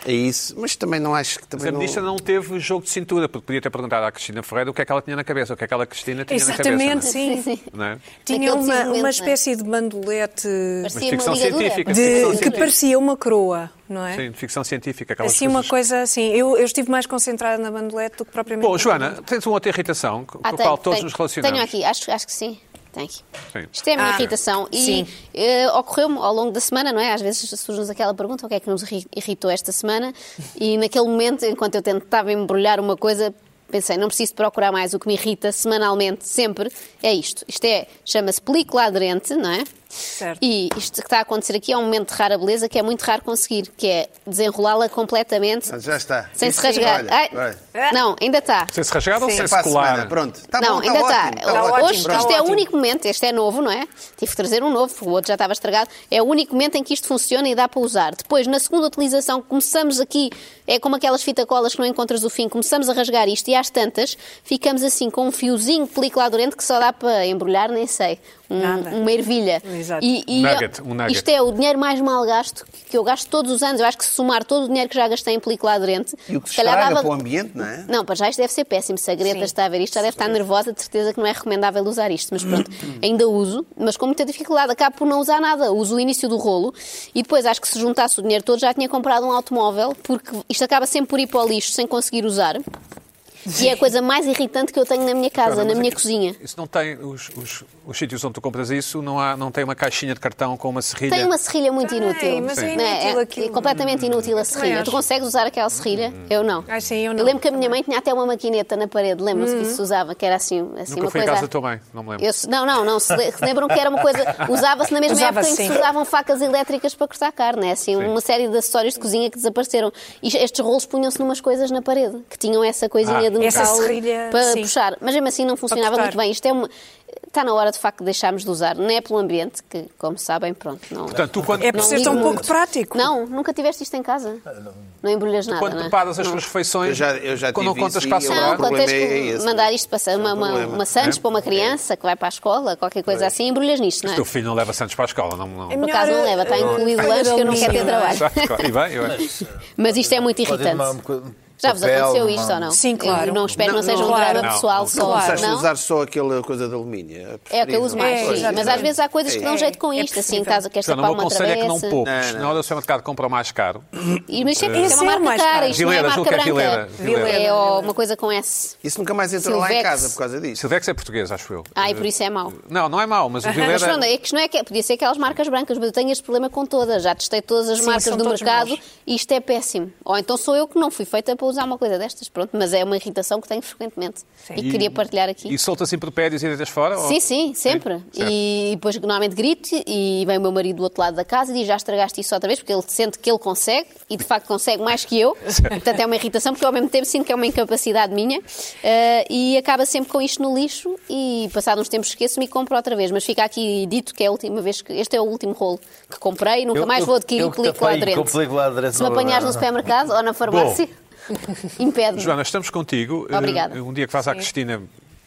Speaker 2: a isso, mas também não acho que
Speaker 1: Mas
Speaker 2: também
Speaker 1: a ministra
Speaker 2: não...
Speaker 1: não teve jogo de cintura, porque podia ter perguntado à Cristina Ferreira o que é que ela tinha na cabeça, o que é que ela Cristina tinha na
Speaker 4: Exatamente,
Speaker 1: cabeça.
Speaker 4: sim.
Speaker 1: não é? Não é?
Speaker 4: Tinha
Speaker 3: Naquele
Speaker 4: uma,
Speaker 3: desenvolvimento,
Speaker 4: uma
Speaker 3: não é?
Speaker 4: espécie de bandolete
Speaker 1: Mas
Speaker 3: Parecia
Speaker 1: ficção
Speaker 3: uma ligadura.
Speaker 1: científica. ficção
Speaker 4: de, que
Speaker 1: científica.
Speaker 4: parecia uma coroa, não é?
Speaker 1: Sim, de ficção científica. Aquelas
Speaker 4: Assim, uma
Speaker 1: coisas-
Speaker 4: coisa assim. Eu, eu estive mais concentrada na bandolete do que propriamente.
Speaker 1: Bom, Joana, tens uma outra irritação com
Speaker 3: Ah,
Speaker 1: a
Speaker 3: tenho,
Speaker 1: qual todos
Speaker 3: tenho.
Speaker 1: nos relacionamos.
Speaker 3: Tenho aqui, acho, acho que sim. Tenho aqui.
Speaker 1: Sim.
Speaker 3: Isto é a minha
Speaker 4: Ah,
Speaker 3: irritação
Speaker 4: sim.
Speaker 3: e eh, ocorreu-me ao longo da semana, não é? Às vezes surge-nos aquela pergunta, o que é que nos irri- irritou esta semana? E naquele momento, enquanto eu tentava embrulhar uma coisa, pensei, não preciso procurar mais, o que me irrita semanalmente, sempre, é isto. Isto é, chama-se película aderente, não é?
Speaker 4: Certo.
Speaker 3: E isto que está a acontecer aqui é um momento de rara beleza que é muito raro conseguir, que é desenrolá-la completamente
Speaker 2: Ah, Já está.
Speaker 3: sem se
Speaker 2: Isso,
Speaker 3: rasgar.
Speaker 2: olha,
Speaker 3: Ai,
Speaker 2: olha.
Speaker 3: não, ainda está.
Speaker 1: Sem é se rasgar ou
Speaker 4: Sim.
Speaker 1: sem
Speaker 2: Para
Speaker 1: se
Speaker 2: a semana,
Speaker 1: colar?
Speaker 2: É pronto. Está
Speaker 3: não,
Speaker 2: Tá bom,
Speaker 3: ainda
Speaker 2: está
Speaker 3: está.
Speaker 2: ótimo, está ótimo,
Speaker 3: Hoje,
Speaker 2: pronto.
Speaker 3: isto é o
Speaker 4: ótimo.
Speaker 3: único momento, este é novo, não é? Tive que trazer um novo, porque o outro já estava estragado. É o único momento em que isto funciona e dá para usar. Depois, na segunda utilização, começamos aqui, é como aquelas fita-colas que não encontras o fim, começamos a rasgar isto e às tantas ficamos assim com um fiozinho de película adorante que só dá para embrulhar, nem sei, um-
Speaker 4: Nada.
Speaker 3: uma ervilha.
Speaker 4: Exato.
Speaker 3: E, e
Speaker 1: Nugget, um nugget.
Speaker 3: Isto é o dinheiro mais mal gasto que eu gasto todos os anos. Eu acho que se somar todo o dinheiro que já gastei em película aderente,
Speaker 2: E o que se
Speaker 3: se calhar
Speaker 2: estraga
Speaker 3: dava-
Speaker 2: para o ambiente, não é?
Speaker 3: não, para já isto deve ser péssimo. Se a Greta
Speaker 4: Sim.
Speaker 3: está a ver isto, já deve estar nervosa, de certeza que não é recomendável usar isto. Mas pronto, ainda uso, mas com muita dificuldade. Acabo por não usar nada. Uso o início do rolo e depois acho que se juntasse o dinheiro todo já tinha comprado um automóvel, porque isto acaba sempre por ir para o lixo sem conseguir usar. E é a coisa mais irritante que eu tenho na minha casa,
Speaker 1: Espera,
Speaker 3: na
Speaker 1: mas
Speaker 3: minha
Speaker 1: aqui-
Speaker 3: cozinha.
Speaker 1: Isso não tem, os, os, os sítios onde tu compras isso, não, há, não tem uma caixinha de cartão com uma serrilha.
Speaker 3: Tem uma serrilha muito inútil.
Speaker 4: mas é
Speaker 3: Não
Speaker 4: inútil
Speaker 3: é,
Speaker 4: aquilo.
Speaker 3: é completamente inútil a serrilha.
Speaker 4: acho.
Speaker 3: Tu consegues usar aquela serrilha? Eu não.
Speaker 4: Ah, sim, eu não.
Speaker 3: lembro que a minha mãe tinha até uma maquineta na parede, lembro-se que isso se
Speaker 4: Uhum.
Speaker 3: usava, que era assim, assim
Speaker 1: Nunca
Speaker 3: uma
Speaker 1: fui à
Speaker 3: coisa.
Speaker 1: casa da tua mãe, não me lembro.
Speaker 3: Eu se- não, não, não. Se, le- se lembram que era uma coisa. Usava-se na mesma
Speaker 4: Usava-se,
Speaker 3: época em que
Speaker 4: sim.
Speaker 3: se usavam facas elétricas para cortar carne. É assim, uma série de acessórios de cozinha que desapareceram. E estes rolos punham-se numas coisas na parede, que tinham essa coisinha
Speaker 1: Ah.
Speaker 3: de metal
Speaker 4: Essa serrilha,
Speaker 3: para
Speaker 4: sim.
Speaker 3: puxar. Mas mesmo assim não funcionava
Speaker 4: cortar.
Speaker 3: muito bem. Isto é uma. Está na hora de facto de deixarmos de usar. Não é pelo ambiente, que, como sabem, pronto. Não,
Speaker 1: Portanto, tu quando,
Speaker 4: É por
Speaker 3: Não
Speaker 4: ser
Speaker 3: ligo
Speaker 4: tão pouco
Speaker 3: muito.
Speaker 4: prático.
Speaker 3: não, nunca tiveste isto em casa. Não embrulhas nada.
Speaker 1: Ah, quando
Speaker 3: não é?
Speaker 1: preparas as
Speaker 3: Não.
Speaker 1: tuas refeições,
Speaker 2: Eu já- eu já
Speaker 1: quando não
Speaker 2: tive
Speaker 1: contas
Speaker 2: isso
Speaker 1: para a
Speaker 2: e eu-
Speaker 1: sobrar,
Speaker 3: Não, quando tens
Speaker 2: problema é
Speaker 3: que
Speaker 2: esse.
Speaker 3: mandar isto para uma,
Speaker 2: é o
Speaker 3: uma,
Speaker 2: problema.
Speaker 3: uma Santos
Speaker 1: É?
Speaker 3: para uma criança que vai para a escola, qualquer coisa assim, embrulhas nisto, não
Speaker 1: o
Speaker 3: é?
Speaker 1: teu filho não leva Santos para a escola. Não, não...
Speaker 4: É
Speaker 3: Por acaso não
Speaker 4: Melhor,
Speaker 3: leva, está
Speaker 4: eh,
Speaker 3: incluído
Speaker 4: eh,
Speaker 3: lanche que eu não
Speaker 4: eh,
Speaker 3: quero ter
Speaker 4: eh,
Speaker 3: trabalho.
Speaker 1: Exato, claro. E bem, eu acho.
Speaker 3: Mas isto é muito
Speaker 5: Pode ir uma-
Speaker 3: irritante.
Speaker 5: uma coisa-
Speaker 3: Já vos
Speaker 2: papel,
Speaker 3: aconteceu
Speaker 2: uma-
Speaker 3: isto ou não?
Speaker 4: Sim, claro.
Speaker 3: Eu não espero que não, seja um drama pessoal
Speaker 2: não,
Speaker 3: só.
Speaker 2: Não começaste a
Speaker 3: Não?
Speaker 2: usar só aquela coisa de alumínio.
Speaker 3: É o que eu uso mais,
Speaker 2: preferível.
Speaker 3: sim. Mas às vezes há coisas que dão
Speaker 2: É.
Speaker 3: jeito com isto, assim, estás a querer
Speaker 1: Portanto, o
Speaker 3: tapar
Speaker 1: meu
Speaker 3: uma
Speaker 1: conselho é que não
Speaker 3: travessa.
Speaker 1: poucos. Na hora do supermercado compra o mais caro.
Speaker 3: E, mas sempre
Speaker 1: Eh,
Speaker 3: isso é uma marca
Speaker 1: mais
Speaker 3: cara,
Speaker 1: caro.
Speaker 3: isto não é
Speaker 1: Vilera,
Speaker 3: marca
Speaker 1: julgo que é
Speaker 3: branca.
Speaker 1: Vilera, Vilera.
Speaker 3: É ou uma coisa com S.
Speaker 2: é. Isso nunca mais
Speaker 3: entrou lá em Silvex. casa
Speaker 1: por
Speaker 2: causa disso.
Speaker 1: Silvex é português, acho eu.
Speaker 3: Ah, e por isso é mau.
Speaker 1: Não, não é mau, mas o
Speaker 3: Mas
Speaker 1: Vilera...
Speaker 3: pronto, é que isto não é que podia ser aquelas marcas brancas, mas eu tenho este problema com todas. Já testei todas as
Speaker 4: Sim,
Speaker 3: marcas
Speaker 4: são
Speaker 3: do
Speaker 4: todos
Speaker 3: mercado
Speaker 4: maus.
Speaker 3: e isto é péssimo. Ou então sou eu que não fui feita para usar uma coisa destas, pronto, mas é uma irritação que tenho frequentemente e que queria partilhar aqui.
Speaker 1: E solta assim por pé e deitas fora? ou-
Speaker 3: Sim, sim, sempre.
Speaker 1: certo.
Speaker 3: e depois normalmente grito e vem o meu marido do outro lado da casa e diz já estragaste isso outra vez, porque ele sente que ele consegue e de facto consegue mais que eu. Portanto é uma irritação, porque eu, ao mesmo tempo sinto que é uma incapacidade minha. Eh, e acaba sempre com isto no lixo e passado uns tempos esqueço-me e compro outra vez. Mas fica aqui dito que é a última vez que. Este é o último rolo que comprei e nunca
Speaker 13: Eu-
Speaker 3: mais
Speaker 13: eu-
Speaker 3: vou adquirir
Speaker 13: eu que
Speaker 3: película
Speaker 13: tapei com
Speaker 3: aderente.
Speaker 13: película aderente
Speaker 3: Se me
Speaker 13: não vou
Speaker 3: apanhares
Speaker 13: dar.
Speaker 3: no
Speaker 5: é?
Speaker 3: supermercado ou na farmácia, impede-me.
Speaker 1: Joana, estamos contigo.
Speaker 3: Obrigada.
Speaker 1: Eh, Um dia que vais à
Speaker 3: Sim.
Speaker 1: Cristina,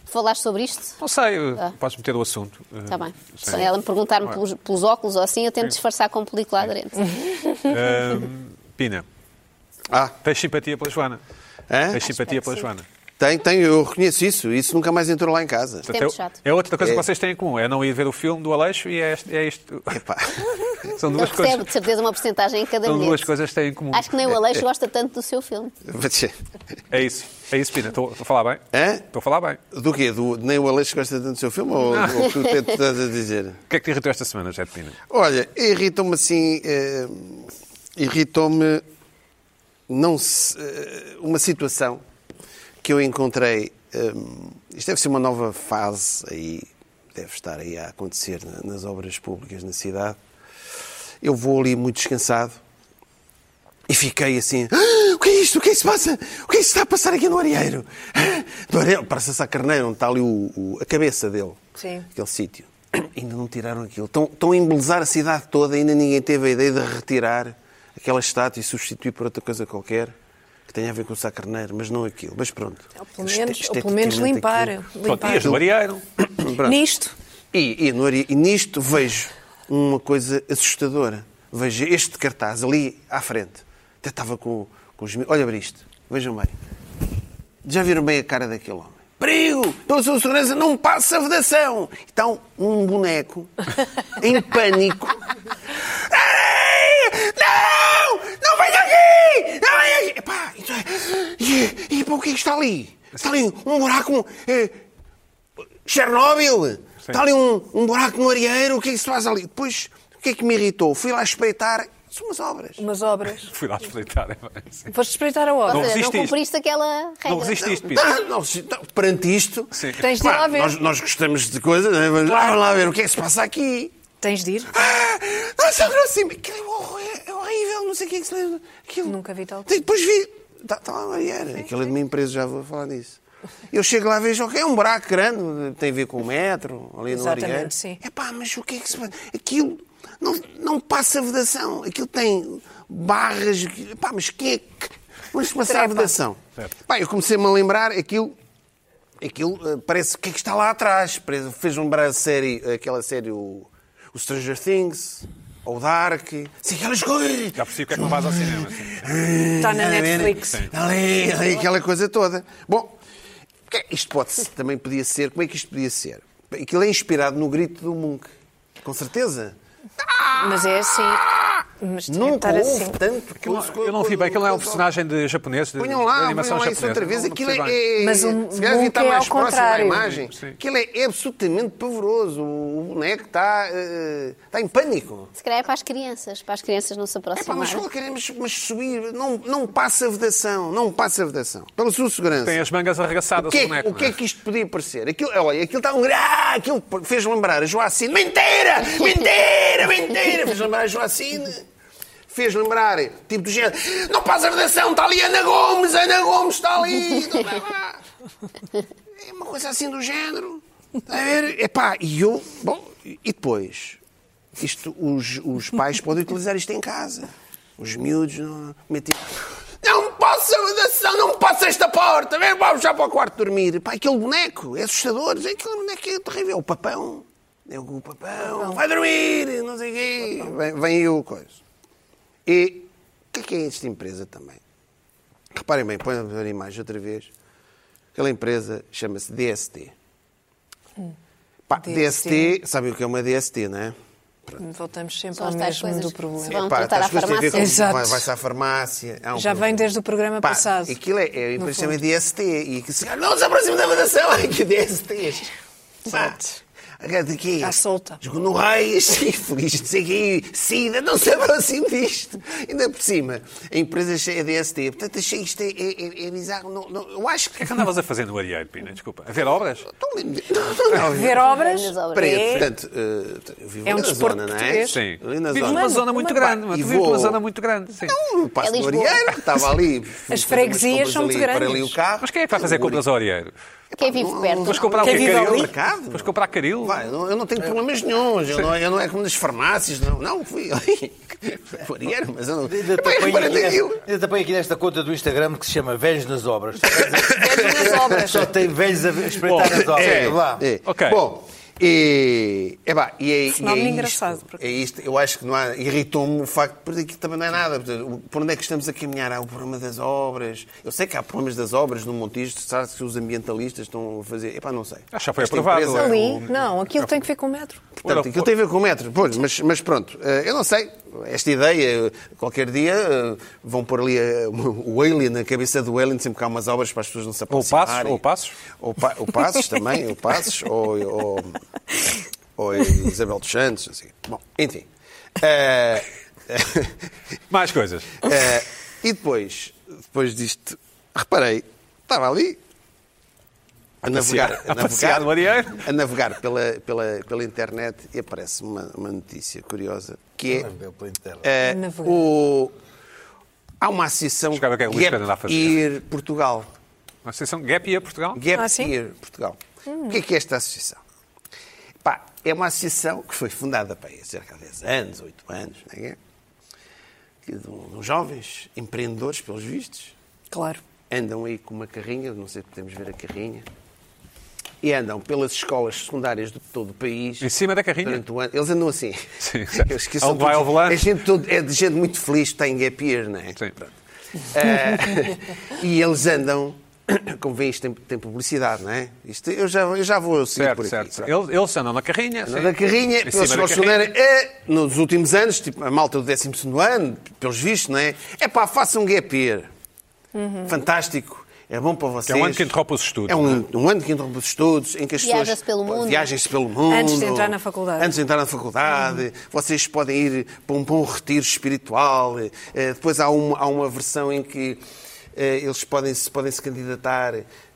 Speaker 3: Falaste sobre isto?
Speaker 1: não sei, eh,
Speaker 3: Ah.
Speaker 1: podes meter o assunto. Eh,
Speaker 3: Está Tá bem.
Speaker 1: sim.
Speaker 3: Se ela me perguntar-me
Speaker 1: Ué.
Speaker 3: pelos, pelos óculos ou assim, eu tento
Speaker 1: Sim.
Speaker 3: disfarçar com película aderente.
Speaker 1: Eh, Ahm, Pina,
Speaker 2: Ah,
Speaker 1: tens simpatia pela Joana? Tens simpatia pela Joana?
Speaker 2: Tem, tem, eu reconheço isso. Isso nunca mais entrou lá em casa.
Speaker 1: Portanto, é- é outra coisa que vocês têm em comum, é não ir ver o filme do Aleixo e é, este- é isto. São
Speaker 3: Ele
Speaker 1: duas coisas.
Speaker 3: recebe, de certeza, uma porcentagem em cada
Speaker 1: São duas
Speaker 3: bilhete.
Speaker 1: coisas que têm em comum.
Speaker 3: Acho que nem o Aleixo gosta tanto do seu filme.
Speaker 1: É isso, é isso, Pina. Estou estou a falar bem? Estou a falar bem.
Speaker 2: Do quê? Do, nem o Aleixo gosta tanto do seu filme ou, ou tu tu estás a dizer?
Speaker 1: O que é que te irritou esta semana, Jé de Pina?
Speaker 2: Olha, irritou-me assim. eh, irritou-me não se- eh, uma situação que eu encontrei. eh, isto deve ser uma nova fase aí, deve estar aí a acontecer na- nas obras públicas na cidade. Eu vou ali muito descansado e fiquei assim. "Ah, o que é isto? O que é que se passa? O que é que se está a passar aqui no areeiro? Ah, No areeiro, parece a Sacarneiro, onde está ali o- o- a cabeça dele
Speaker 4: Sim.
Speaker 2: aquele sítio. Ainda não tiraram aquilo. Estão, estão a embelezar a cidade toda, ainda ninguém teve a ideia de retirar aquela estátua e substituir por outra coisa qualquer que tenha a ver com o Sacarneiro, mas não aquilo. Mas pronto.
Speaker 4: Pelo menos, ou pelo menos limpar. limpar.
Speaker 1: Areeiro.
Speaker 4: Nisto.
Speaker 2: E, e no Areeiro. E nisto vejo uma coisa assustadora. Vejo este cartaz ali à frente. Até estava com, com os. mi- Olha para isto. Vejam bem. Já viram bem a cara daquele homem? Perigo! Pela sua segurança, não passa a vedação! Então, um boneco em pânico. Ei! Não! Não venha aqui! Não venha aqui! Epá, então é, e, e, e pá, o que é que está ali? Está ali um buraco. eh, Chernobyl! Está ali um, um buraco no areeiro, o que é que se faz ali? Depois, o que é que me irritou? Fui lá espreitar. São umas obras.
Speaker 4: Umas obras.
Speaker 1: Fui lá espreitar. é bem, sim.
Speaker 4: Foste espreitar a obra.
Speaker 1: Não
Speaker 3: Ou seja, não
Speaker 1: resististe.
Speaker 3: cumpriste aquela regra.
Speaker 2: Não, Ah, não, se- não, perante isto,
Speaker 4: Tens de ir
Speaker 2: pá,
Speaker 4: lá ver.
Speaker 2: Nós, nós gostamos de coisas, né? vamos lá, vamos lá ver o que é que se passa aqui. Ah,
Speaker 4: Tens de ir.
Speaker 2: Não, se aproxima. Aquilo é horror- é horrível, não sei o que é que se lembra. Aquilo.
Speaker 4: Nunca vi tal
Speaker 2: E depois vi. Está tá lá a Mariana. Aquilo é de uma empresa, já vou falar disso. Eu chego lá e vejo, ok, é um buraco grande, tem a ver com o metro, ali no
Speaker 4: Exatamente,
Speaker 2: Ariano.
Speaker 4: sim.
Speaker 2: É pá, mas o que é que se passa? Aquilo não, não passa vedação. Aquilo tem barras. Pá, mas quem é que. Mas passar a
Speaker 4: Trepa.
Speaker 2: vedação.
Speaker 1: Certo.
Speaker 2: Pá, eu comecei-me a lembrar aquilo. Aquilo eh, parece o que é que está lá atrás. Parece- Fez lembrar a série, aquela série, o, o Stranger Things, ou Dark. Sim, aquelas coisas.
Speaker 1: Já percebi porque é que não vais ao cinema. sim.
Speaker 4: Está na Netflix.
Speaker 2: Ali, ali, aquela coisa toda. Bom, que- é, isto pode ser, também podia ser. Como é que isto podia ser? Aquilo é inspirado no grito do Munch. Com certeza.
Speaker 4: Mas é assim. Mas tinha que
Speaker 2: Nunca
Speaker 4: estar
Speaker 2: houve
Speaker 4: assim.
Speaker 2: tanto que
Speaker 1: Aquilo- Eu não vi bem, aquilo é um personagem de japonês, de,
Speaker 2: Ponham
Speaker 1: de
Speaker 2: lá,
Speaker 1: animação
Speaker 2: ponham lá
Speaker 1: japonesa.
Speaker 2: isso outra vez.
Speaker 1: Não- não
Speaker 2: Aquilo
Speaker 1: percebi
Speaker 2: é.
Speaker 1: bem.
Speaker 4: Mas o
Speaker 2: se calhar devia estar
Speaker 4: Munch é
Speaker 2: mais próximo
Speaker 4: ao
Speaker 2: da
Speaker 4: contrário.
Speaker 2: imagem.
Speaker 1: Sim.
Speaker 2: Aquilo é absolutamente pavoroso. O boneco está, eh, está em pânico.
Speaker 3: Se calhar é para as crianças, para as crianças não se
Speaker 2: É pá, mas
Speaker 3: aproximarem.
Speaker 2: queremos mas subir. Não, não passa a vedação. Não passa a vedação. Pela sua segurança.
Speaker 1: Tem as mangas arregaçadas,
Speaker 2: é- O que, é,
Speaker 1: o boneco.
Speaker 2: o que é que isto podia parecer? Aquilo, olha, aquilo está um. Ah, aquilo fez lembrar a Joacine. Mentira! Mentira! Mentira! Fez lembrar a Joacine. Fez lembrar, tipo do género. Não passa a redação, está ali Ana Gomes, Ana Gomes está ali. não vai lá." É uma coisa assim do género. A ver, epá, e eu. Bom, e depois? Isto, os, os pais podem utilizar isto em casa. Os miúdos não. Metem. Não posso, não passo esta porta, vem, vamos já para o quarto dormir. Pá, aquele boneco é assustador, aquele boneco é terrível. É O papão, é o papão, vai dormir, não sei o quê. Vem, vem aí o coisa. E o que é que é esta empresa também? Reparem bem, põe a imagem outra vez. Aquela empresa chama-se DST.
Speaker 4: Hum.
Speaker 2: Pá, DST. sabem o que é uma DST, não é?
Speaker 4: assim. Voltamos sempre
Speaker 3: São
Speaker 4: ao
Speaker 3: as tais
Speaker 4: mesmo
Speaker 3: coisas
Speaker 4: do
Speaker 3: que
Speaker 4: problema.
Speaker 3: se vão
Speaker 2: Pá,
Speaker 3: voltar à
Speaker 2: as coisas têm a ver com-
Speaker 4: farmácia.
Speaker 2: vai-
Speaker 4: Exato.
Speaker 2: Vai-se à farmácia. há é um
Speaker 4: Já
Speaker 2: problema.
Speaker 4: vem desde o programa
Speaker 2: Pá,
Speaker 4: passado.
Speaker 2: Aquilo é, é
Speaker 4: No
Speaker 2: impressão
Speaker 4: fundo.
Speaker 2: em DST. E que se Ah, não se aproxime da vedação, ai que DSTs. Pá, agora daqui. À
Speaker 4: solta.
Speaker 2: No reis, infeliz, não sei quê, sida, não se aproxime disto. Ainda por cima, a empresa é cheia de DST. Portanto, achei isto é, é, é- é bizarro. Não, não, eu acho
Speaker 1: O que é que andavas a fazer no Arieiro, Pina? Desculpa. A ver obras?
Speaker 2: é
Speaker 4: Ver obras
Speaker 2: Preto,
Speaker 4: é-
Speaker 2: portanto, eh, eu vivo
Speaker 4: É um
Speaker 2: na
Speaker 4: desporto
Speaker 2: zona, não é?
Speaker 4: português.
Speaker 1: Sim.
Speaker 2: Eu vivo na
Speaker 1: Vives
Speaker 2: zona.
Speaker 1: numa zona muito
Speaker 2: Mano,
Speaker 1: grande.
Speaker 2: pá,
Speaker 1: Tu
Speaker 2: e
Speaker 1: vives numa
Speaker 2: vou- Então,
Speaker 1: zona muito grande. Sim.
Speaker 2: Não, passo
Speaker 1: É
Speaker 2: do
Speaker 1: Lisboa.
Speaker 2: Arieiro, estava ali.
Speaker 4: As freguesias são muito
Speaker 2: Para
Speaker 4: grandes.
Speaker 2: ali o carro.
Speaker 1: Mas quem é que vai fazer compras ao Arieiro?
Speaker 3: Quem vive perto.
Speaker 1: Vais comprar o
Speaker 2: ah, Quem
Speaker 1: quê?
Speaker 2: vive
Speaker 1: Caril?
Speaker 2: ali?
Speaker 1: Vais comprar caril?
Speaker 2: Vai, eu não- eu não tenho problemas nenhum. Eu não, eu não é como nas farmácias, não. Não, fui ali. Fui Arieiro, mas eu não.
Speaker 5: Ainda te
Speaker 2: Pai,
Speaker 5: apanho
Speaker 2: reparei
Speaker 5: aqui
Speaker 2: naquilo.
Speaker 5: nesta- ainda te apanho aqui nesta conta do Instagram que se chama Velhos nas Obras.
Speaker 4: Velhos nas obras.
Speaker 5: Só tem velhos a ver- espreitar as obras.
Speaker 2: É,
Speaker 5: Tá Vá.
Speaker 2: é. Bom, e, epá, e é,
Speaker 4: Fenómeno
Speaker 2: e é
Speaker 4: engraçado,
Speaker 2: Isto, é isto, eu acho que não há. Irritou-me o facto, porque aqui também não é nada. Portanto, Por onde é que estamos a caminhar? Há o problema das obras. Eu sei que há problemas das obras no Montijo, sabe se os ambientalistas estão a fazer. Epá, não sei.
Speaker 1: Ah, já foi
Speaker 2: Esta
Speaker 1: aprovado,
Speaker 2: empresa- é
Speaker 4: Ali? Não, aquilo tem que ver com o metro.
Speaker 2: Portanto, aquilo tem a ver com o metro. Pois, mas, mas pronto, eh, eu não sei. Esta ideia, eh, qualquer dia, eh, vão pôr ali eh, o alien, na cabeça do alien, sempre que há umas obras para as pessoas não se aproximarem.
Speaker 1: Passos, ou Passos.
Speaker 2: Ou, pa, ou Passos também, ou Passos, ou, ou, ou Isabel dos Santos. Assim. Bom, enfim. Eh,
Speaker 1: Mais coisas.
Speaker 2: eh, e depois, depois disto, reparei, estava ali a navegar,
Speaker 1: passear- a passear no Arieiro.
Speaker 2: a navegar pela, pela, pela internet e aparece uma, uma notícia curiosa que é eh,
Speaker 4: Navegar.
Speaker 2: o, há uma associação
Speaker 1: Desculpa, o que é que o Luís Pedro anda a
Speaker 2: Gap
Speaker 1: fazer?
Speaker 2: Year Portugal.
Speaker 1: A Associação Gap Year Portugal?
Speaker 2: Gap
Speaker 4: Ah, sim? Hum.
Speaker 2: Year Portugal. O que é que é esta associação? Pá, é uma associação que foi fundada para aí, há cerca de 10 anos, 8 anos, não é? Que de um- de uns jovens empreendedores, pelos vistos,
Speaker 4: Claro.
Speaker 2: andam aí com uma carrinha, não sei se podemos ver a carrinha, e andam pelas escolas secundárias de todo o país.
Speaker 1: Em cima da carrinha?
Speaker 2: Durante o ano. Eles andam assim.
Speaker 1: Sim, um
Speaker 2: Eles que
Speaker 1: Onde
Speaker 2: são
Speaker 1: vai ao
Speaker 2: todos-
Speaker 1: volante?
Speaker 2: É, gente todo- é de gente muito feliz que está em gap year, não é?
Speaker 1: Sim.
Speaker 2: Eh, e eles andam, como vêem, isto tem, tem publicidade, não é? Isto, eu, já, eu já vou seguir
Speaker 1: Certo,
Speaker 2: por aqui.
Speaker 1: certo.
Speaker 2: pronto.
Speaker 1: Eles, eles andam na carrinha.
Speaker 2: Andam
Speaker 1: sim.
Speaker 2: Na carrinha,
Speaker 1: Em
Speaker 2: pelas
Speaker 1: cima da
Speaker 2: escolas
Speaker 1: carrinha.
Speaker 2: secundárias, é, nos últimos anos, tipo, a malta do 12 ano, pelos vistos, não é? É pá, faça um gap year. Fantástico. É bom para vocês.
Speaker 1: É um ano que interrompe os estudos.
Speaker 2: É um, um ano que interrompe os estudos, em que as pessoas
Speaker 3: Viaja-se pelo mundo.
Speaker 2: viajem-se pelo mundo.
Speaker 4: Antes de entrar na faculdade.
Speaker 2: Antes de entrar na faculdade. Vocês podem ir para um bom retiro espiritual. Eh, Depois há uma, há uma versão em que eh, eles podem, se- podem se candidatar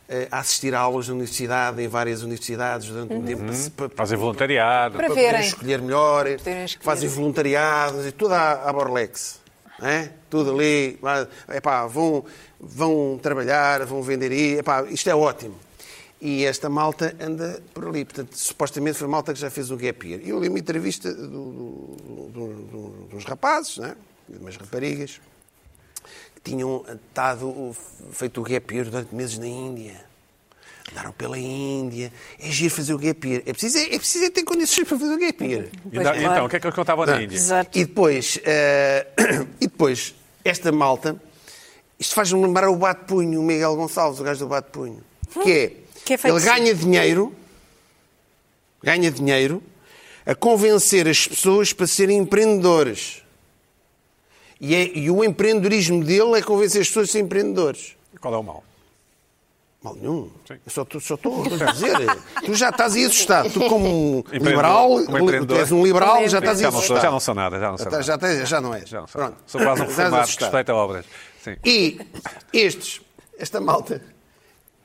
Speaker 2: eh, a assistir a aulas na universidade, em várias universidades, durante um tempo, para se- para,
Speaker 1: Fazem voluntariado.
Speaker 2: para
Speaker 4: Para Uhum. verem.
Speaker 2: poderem escolher melhor,
Speaker 4: Poderem escolher.
Speaker 2: fazem voluntariados e tudo à, à Borlex. não É? Tudo ali, lá, epá, vão, vão trabalhar, vão vender aí, epá, isto é ótimo. E esta malta anda por ali. Portanto, supostamente foi a malta que já fez um gap year. Eu li uma entrevista do, do- do- do- dos rapazes, né? de umas raparigas, que tinham estado, feito o gap year durante meses na Índia. Andaram pela Índia. É giro fazer o gap year. É preciso, é, preciso é ter condições para fazer o gap year.
Speaker 1: E ainda-
Speaker 4: Pois,
Speaker 1: Então,
Speaker 4: claro.
Speaker 1: o que é que eles contavam na Índia?
Speaker 4: Exato.
Speaker 2: E depois, eh, e depois, esta malta, isto faz-me lembrar o bate-punho, o Miguel Gonçalves, o gajo do bate-punho. Que é,
Speaker 4: Que é feito
Speaker 2: ele ganha dinheiro, ganha dinheiro a convencer as pessoas para serem empreendedores. E, é- e o empreendedorismo dele é convencer as pessoas a serem empreendedores.
Speaker 1: Qual é o mal?
Speaker 2: Mal nenhum.
Speaker 1: Sim.
Speaker 2: Eu só estou só estou a dizer. tu já estás aí assustado. Tu, como um
Speaker 1: Empreendedor,
Speaker 2: liberal,
Speaker 1: como empreendedor.
Speaker 2: tu és um
Speaker 4: é
Speaker 2: liberal, já estás aí
Speaker 1: Já não, sou,
Speaker 2: assustado.
Speaker 1: já não sou nada, já não sou
Speaker 2: Já,
Speaker 1: nada.
Speaker 2: Então já, tens- já não és.
Speaker 1: Já não sou.
Speaker 2: Pronto.
Speaker 1: Sou quase um
Speaker 2: Estás
Speaker 1: formado que
Speaker 2: assustado.
Speaker 1: respeita obras. Sim.
Speaker 2: E estes, esta malta,